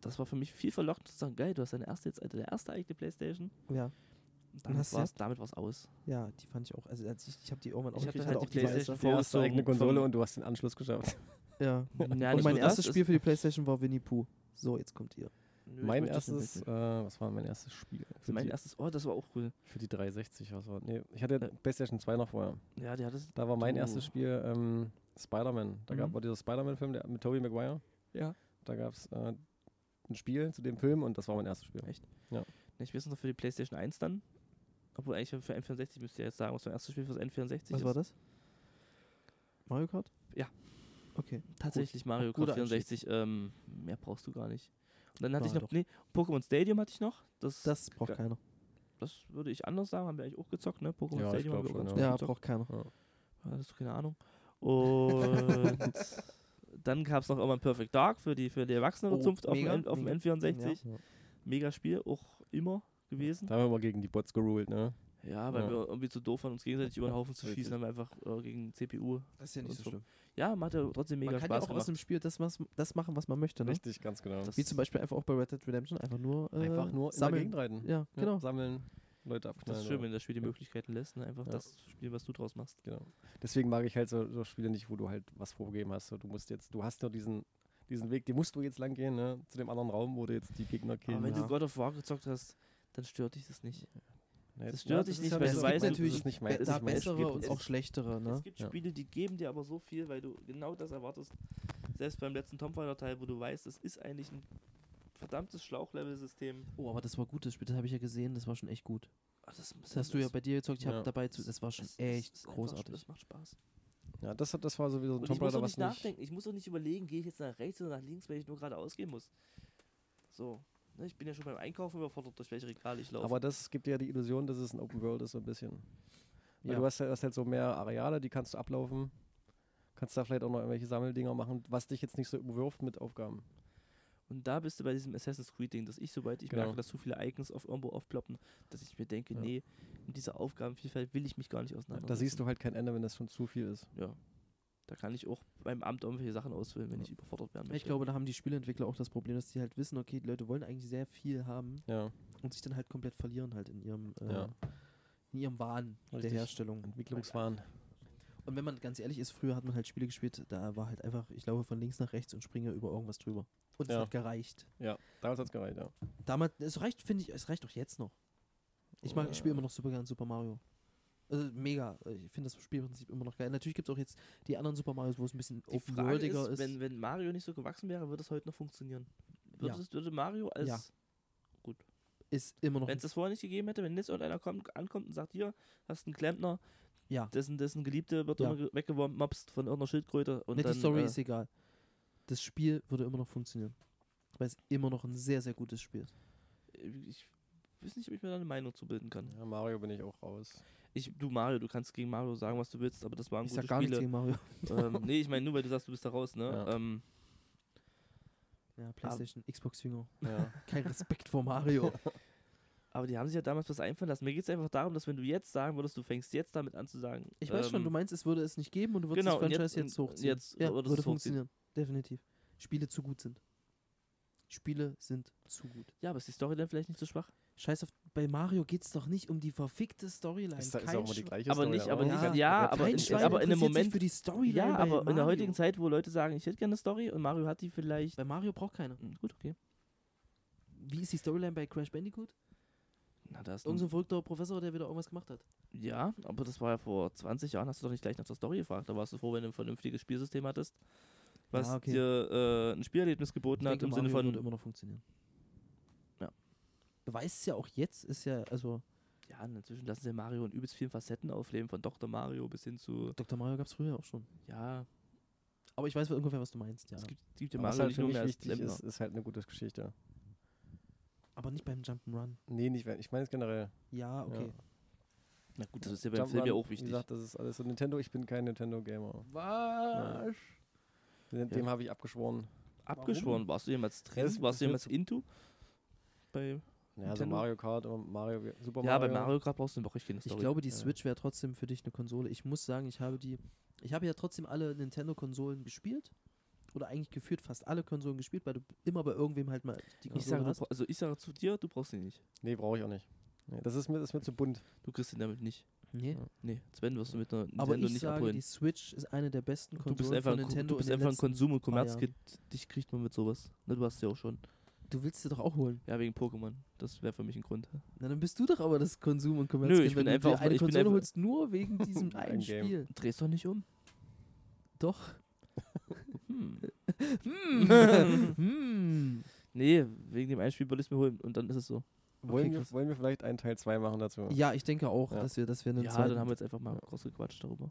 das war für mich viel verlockend zu sagen, geil, du hast deine erste jetzt, Alter, der erste eigene PlayStation.
Ja,
Und Damit
hast du
war's, damit war's aus.
ja, die fand ich auch. Also als ich, ich habe die irgendwann auch
Ich hatte
gekriegt,
halt
hatte
die PlayStation
weiße.
Die erste
Vom-
eigene Konsole
vom-
und du hast den Anschluss geschafft.
Ja.
Ja,
Und
nicht
mein
nur das,
erstes
es-
Spiel für die PlayStation war Winnie Pooh. So, jetzt kommt ihr.
Nö, ich
Mein
möchte das nicht
erstes, äh,
wechseln.
was war mein erstes Spiel? Für,
mein
die,
erstes, oh, das war auch cool.
für die 360, was war? Nee, ich hatte
Äh.
PlayStation 2 noch vorher.
Ja, die hat das.
Da war mein
Du.
erstes Spiel ähm, Spider-Man. Da gab
Mhm.
war dieser Spider-Man-Film der- mit Tobey Maguire.
Ja.
Da gab es äh, ein Spiel zu dem Film und das war mein erstes Spiel.
Echt? Ne, Ich weiß noch für die PlayStation 1 dann. Obwohl eigentlich für N64 müsst ihr jetzt sagen, was mein erstes Spiel für das N64
Was
ist.
war das? Mario Kart?
Ja.
Okay.
Tatsächlich Mario Kart
Guter
64. Ähm, mehr brauchst du gar nicht. Und dann hatte
Na
ich noch,
doch.
nee, Pokémon Stadium hatte ich noch. Das, das,
Das braucht
Ja.
keiner.
würde ich anders sagen, haben wir eigentlich auch gezockt, ne? Pokémon
Ja, ich
Stadium
glaub
haben wir auch
schon,
ganz
ja.
gut
Ja,
gezockt.
braucht keiner.
Ja, Hast du keine Ahnung. Und dann gab es noch immer ein Perfect Dark für die, für die erwachsene
Oh,
Zunft auf dem,
mega,
N- auf dem
mega.
N64.
Ja.
Mega Spiel, auch immer gewesen.
Da haben wir mal gegen die Bots geruled, ne?
Ja, weil
Ja.
wir irgendwie zu doof waren, uns gegenseitig über den Haufen zu schießen, haben wir einfach äh, gegen CPU.
Das ist ja
nicht so schlimm. Ja, man hat ja trotzdem mega
man kann
Spaß
ja auch aus
gemacht.
dem Spiel das, was, das machen, was man möchte. Ne?
Richtig, ganz genau.
Das-
Wie zum Beispiel einfach auch bei Red Dead Redemption einfach nur, äh,
Einfach nur in der
sammeln.
Gegend reiten.
Ja, genau.
Sammeln, Leute abknallen.
Das ist schön,
oder-
wenn das Spiel die Möglichkeiten lässt, ne? einfach
Ja.
das Spiel, was du draus machst.
Genau. Deswegen mag ich halt so, so Spiele nicht, wo du halt was vorgegeben hast. So, du musst jetzt, du hast nur diesen, diesen Weg, den musst du jetzt lang gehen, ne? Zu dem anderen Raum, wo du jetzt die Gegner killen.
Genau.
Aber wenn du
musst.
God of War gezockt hast, dann stört dich das nicht.
Nee,
das
ja,
stört dich
ist
nicht,
ja
weil
das-
du
das
weißt,
ist
natürlich
das ist nicht mein,
be-
das ist
da
nicht mein
bessere und
Spielprinzip.
auch schlechtere. Ne?
Es gibt
Ja.
Spiele, die geben dir aber so viel, weil du genau das erwartest. Selbst beim letzten Tomb Raider Teil, wo du weißt, es ist eigentlich ein verdammtes Schlauchlevel-System.
Oh, aber das war gutes Spiel. Das habe ich ja gesehen. Das war schon echt gut.
Ach, Das,
Das hast du ja bei dir gezockt. Ich habe
Ja.
dabei zu. Das war schon
das- das
echt
ist einfach-
großartig.
Das macht Spaß.
Ja, das, hat- das war sowieso ein
Und ich
Tomb
muss
Raider,
doch
was
nicht
nicht.
nachdenken. Ich muss doch nicht überlegen, gehe ich jetzt nach rechts oder nach links, wenn ich nur geradeaus gehen muss. So. Ne, ich bin ja schon beim Einkaufen überfordert, durch welche Regale ich laufe.
Aber das gibt dir ja die Illusion, dass es ein Open World ist, so ein bisschen. Weil
Ja.
du hast, halt- hast halt so mehr Areale, die kannst du ablaufen. Kannst da vielleicht auch noch irgendwelche Sammeldinger machen, was dich jetzt nicht so überwirft mit Aufgaben.
Und da bist du bei diesem Assassin's Creed-Ding, dass ich, sobald ich
Genau.
merke, dass zu viele Icons auf irgendwo aufploppen, dass ich mir denke,
Ja.
nee, mit dieser Aufgabenvielfalt will ich mich gar nicht auseinandersetzen.
Da siehst du halt kein Ende, wenn das schon zu viel ist.
Ja. Da kann ich auch beim Amt irgendwelche Sachen ausfüllen, wenn ich überfordert werden möchte.
Ich glaube, da haben die Spieleentwickler auch das Problem, dass die halt wissen, okay, die Leute wollen eigentlich sehr viel haben
Ja.
und sich dann halt komplett verlieren halt in ihrem, äh,
Ja.
in ihrem Wahn der
Richtig.
Herstellung.
Entwicklungswahn.
Und wenn man ganz ehrlich ist, früher hat man halt Spiele gespielt, da war halt einfach, ich glaube, von links nach rechts und springe über irgendwas drüber. Und es
Ja.
hat gereicht.
Ja, damals hat es gereicht, ja.
Damals, es reicht, finde ich, es reicht doch jetzt noch. Ich mag, ich spiele immer noch super gerne Super Mario. Also mega. Ich finde das Spielprinzip immer noch geil. Natürlich gibt es auch jetzt die anderen Super Marios, wo es ein bisschen
die Frage ist,
open-worldiger ist.
Wenn, wenn Mario nicht so gewachsen wäre, würde es heute noch funktionieren. Würde,
Ja.
es, würde Mario als.
Ja. ist immer noch.
Wenn es das vorher nicht gegeben hätte, wenn jetzt irgendeiner kommt, ankommt und sagt, hier, hast einen Klempner,
Ja.
dessen, dessen Geliebte wird
Ja.
immer weggeworfen, mobst von irgendeiner Schildkröte und
Ne,
dann.
die Story
äh,
ist egal. Das Spiel würde immer noch funktionieren. Weil es immer noch ein sehr, sehr gutes Spiel ist.
ich weiß nicht, ob ich mir da eine Meinung zu bilden kann.
Ja, Mario bin ich auch raus.
Ich, du Mario, du kannst gegen Mario sagen, was du willst, aber das waren
Ich
gute
sag gar nichts
Spiele.
gegen Mario.
Ähm, nee, ich meine nur, weil du sagst, du bist da raus, ne?
Ja.
Ähm,
Ja, Playstation, Xbox-Jünger.
Ja.
Kein Respekt vor Mario.
aber die haben sich ja damals was einfallen lassen. Mir geht es einfach darum, dass wenn du jetzt sagen würdest, du fängst jetzt damit an zu sagen. ähm,
Ich weiß schon, du meinst, es würde es nicht geben und du würdest
genau,
das
und jetzt-
Franchise jetzt,
und
hochziehen.
jetzt
ja,
würdest
würde
du's hochziehen.
funktionieren. Definitiv. Spiele zu gut sind. Spiele sind zu gut.
Ja, aber ist die Story dann vielleicht nicht so schwach?
Scheiß auf, bei Mario geht's doch nicht um die verfickte Storyline.
Ist, da- ist
Kein
auch immer die
Schwe-
gleiche
aber
Story,
nicht, aber nicht. Ja,
Ja,
aber,
kein
in,
Schwein
aber in
interessiert
einem
sich
Moment.
für die Storyline
Ja,
bei
aber in der
Mario.
heutigen Zeit, wo Leute sagen, ich hätte gerne eine Story und Mario hat die vielleicht.
Bei Mario braucht keiner.
Hm, Gut, okay.
Wie ist die Storyline bei Crash Bandicoot?
Hm. Na, da ist
Irgend so ein verrückter Professor, der wieder irgendwas gemacht hat.
ja, aber das war ja vor 20 Jahren, hast du doch nicht gleich nach der Story gefragt. Da warst du froh, wenn du ein vernünftiges Spielsystem hattest, was
Ja, okay.
dir äh, ein Spielerlebnis geboten
Ich
hat,
denke,
im Sinne
Mario
von.
würde immer noch funktionieren.
Ja.
Beweist es ja auch jetzt, ist ja, also
Ja, und inzwischen lassen sie Mario in übelst vielen Facetten aufleben, von Dr. Mario bis hin zu.
Dr. Mario gab es früher auch schon.
Ja,
Aber ich weiß ungefähr, was du meinst, ja.
es gibt, gibt ja
Aber was
Mario
halt
nicht
für
nur
mich
mehr als
wichtig
Klempner.
ist, ist halt eine gute Geschichte.
Aber nicht beim Jump'n'Run.
Nee, nicht, wenn- ich meine es generell.
Ja, okay.
Na gut,
äh,
das ist ja beim Film ja
Jump'n'Run,
auch
Wie
wichtig.
gesagt, das ist alles so Nintendo, ich bin kein Nintendo-Gamer.
Was?
Dem, dem habe ich abgeschworen.
Abgeschworen, warst du jemals
Es-
drin?
es
Warst du
wird
jemals into? Bei
Ja, so
Nintendo?
Mario Kart, aber Mario, Super
ja, bei
Mario.
Mario Kart brauchst du wirklich keine Story.
Ich glaube, die
Ja.
Switch wäre trotzdem für dich eine Konsole. Ich muss sagen, ich habe die, ich habe ja trotzdem alle Nintendo-Konsolen gespielt. Oder eigentlich geführt fast alle Konsolen gespielt, weil du immer bei irgendwem halt mal die
ich
Konsole
sage, du
hast.
brauch- also ich sage zu dir, du brauchst sie nicht.
Nee, brauche ich auch nicht. Nee, das, ist mir, das ist mir zu bunt.
Du kriegst ihn damit nicht.
Nee.
Nee, Sven wirst du mit einer Nintendo
Aber ich
nicht
sage,
abholen.
die Switch ist eine der besten
Du
Konsolen
bist einfach,
von
ein, Ko-
Nintendo
du
in
bist
den
einfach ein
letzten
Konsum- und
paar
Kommerzkind. Dich kriegt man mit sowas. Ne, du hast ja auch schon.
Du willst sie doch auch holen.
Ja, wegen Pokémon. Das wäre für mich ein Grund.
Na, dann bist du doch aber das Konsum- und Kommerz.
Nö, ich bin einfach auf-
eine
ich bin
Konsole
einfach-
holst nur wegen diesem einen
Ein Game.
Spiel.
Drehst doch nicht um.
Doch.
Hm.
Hm.
Nee, wegen dem einen Spiel würde ich es mir holen und dann ist es so.
Wollen,
krass.
wir, wollen wir vielleicht einen Teil 2 machen dazu?
Ja, ich denke auch,
Ja.
dass wir, dass wir einen
ja,
zweiten-
dann haben wir jetzt einfach mal groß gequatscht darüber.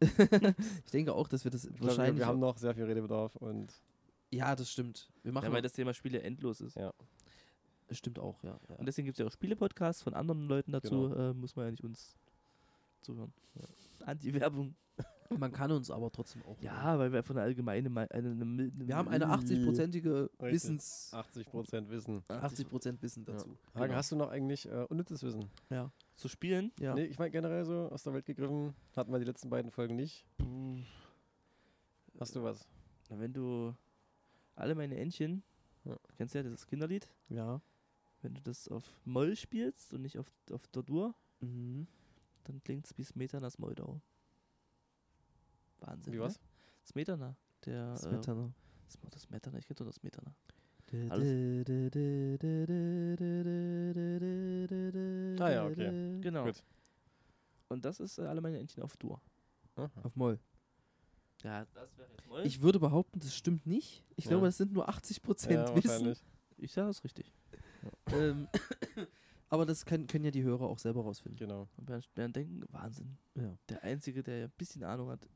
ich denke auch, dass wir das
Ich glaube, wir,
wahrscheinlich.
wir haben noch sehr viel Redebedarf und
ja, das stimmt. Wir machen.
Ja, weil
noch-
das Thema Spiele endlos ist.
Ja.
stimmt auch, ja. ja.
Und deswegen gibt es ja auch Spiele-Podcasts von anderen Leuten dazu. Äh, muss man ja nicht uns zuhören. Anti-Werbung.
Man kann uns aber trotzdem auch.
Ja, weil wir einfach eine allgemeine. Me- Eine, eine, mil- eine
Wir haben eine 80-prozentige
Richtig. Ah,
Wissens.
80% Wissen.
80% Wissen dazu.
Hagen,
Genau.
hast du noch eigentlich äh, unnützes Wissen?
zu spielen.
Ja.
Nee, ich meine generell so aus der Welt gegriffen. Hatten wir die letzten beiden Folgen nicht. Hast du was?
Na, wenn du alle meine Entchen,
Ja.
kennst du ja das Kinderlied,
Ja.
wenn du das auf Moll spielst und nicht auf, auf der Dur,
Mhm.
dann klingt es wie Smetana Moldau. Wahnsinn.
Wie
ne?
was?
Smetana. Der,
Das
äh,
Metano.
Sm- das Smetana, ich kenne doch das Smetana.
Ah
Ah
ja, okay.
Genau.
Gut.
Und das ist äh, alle meine Entchen auf Dur.
Auf Moll.
Ja, das wäre jetzt Moll. Ich,
Ich würde behaupten, das stimmt nicht. Ich
Ja.
glaube, das sind nur 80%
Ja,
Wissen.
wahrscheinlich.
ich sage es richtig.
Ähm, aber das können, können ja die Hörer auch selber rausfinden.
Genau.
Und Bernd, Bernd denken, Wahnsinn.
Ja.
Der Einzige, der ja ein bisschen Ahnung hat,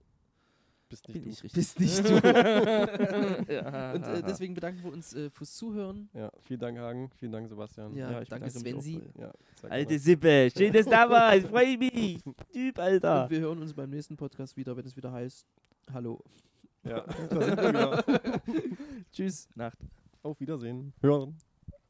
Bist nicht
bin
du.
ich richtig.
Bist nicht du.
ja.
Und äh, deswegen bedanken wir uns äh, fürs Zuhören.
Ja, vielen Dank, Hagen. Vielen Dank, Sebastian.
Ja,
Ja, ich
danke
bedanke mich auch
Svensi.
bei-
ja sehr
Alte
gerne.
Sippe, schön, dass du da warst, freu mich. Typ, Alter.
Und wir hören uns beim nächsten Podcast wieder, wenn es wieder heißt. Hallo.
Ja, da sind wir wieder.
Tschüss. Nacht.
Auf Wiedersehen. Hören.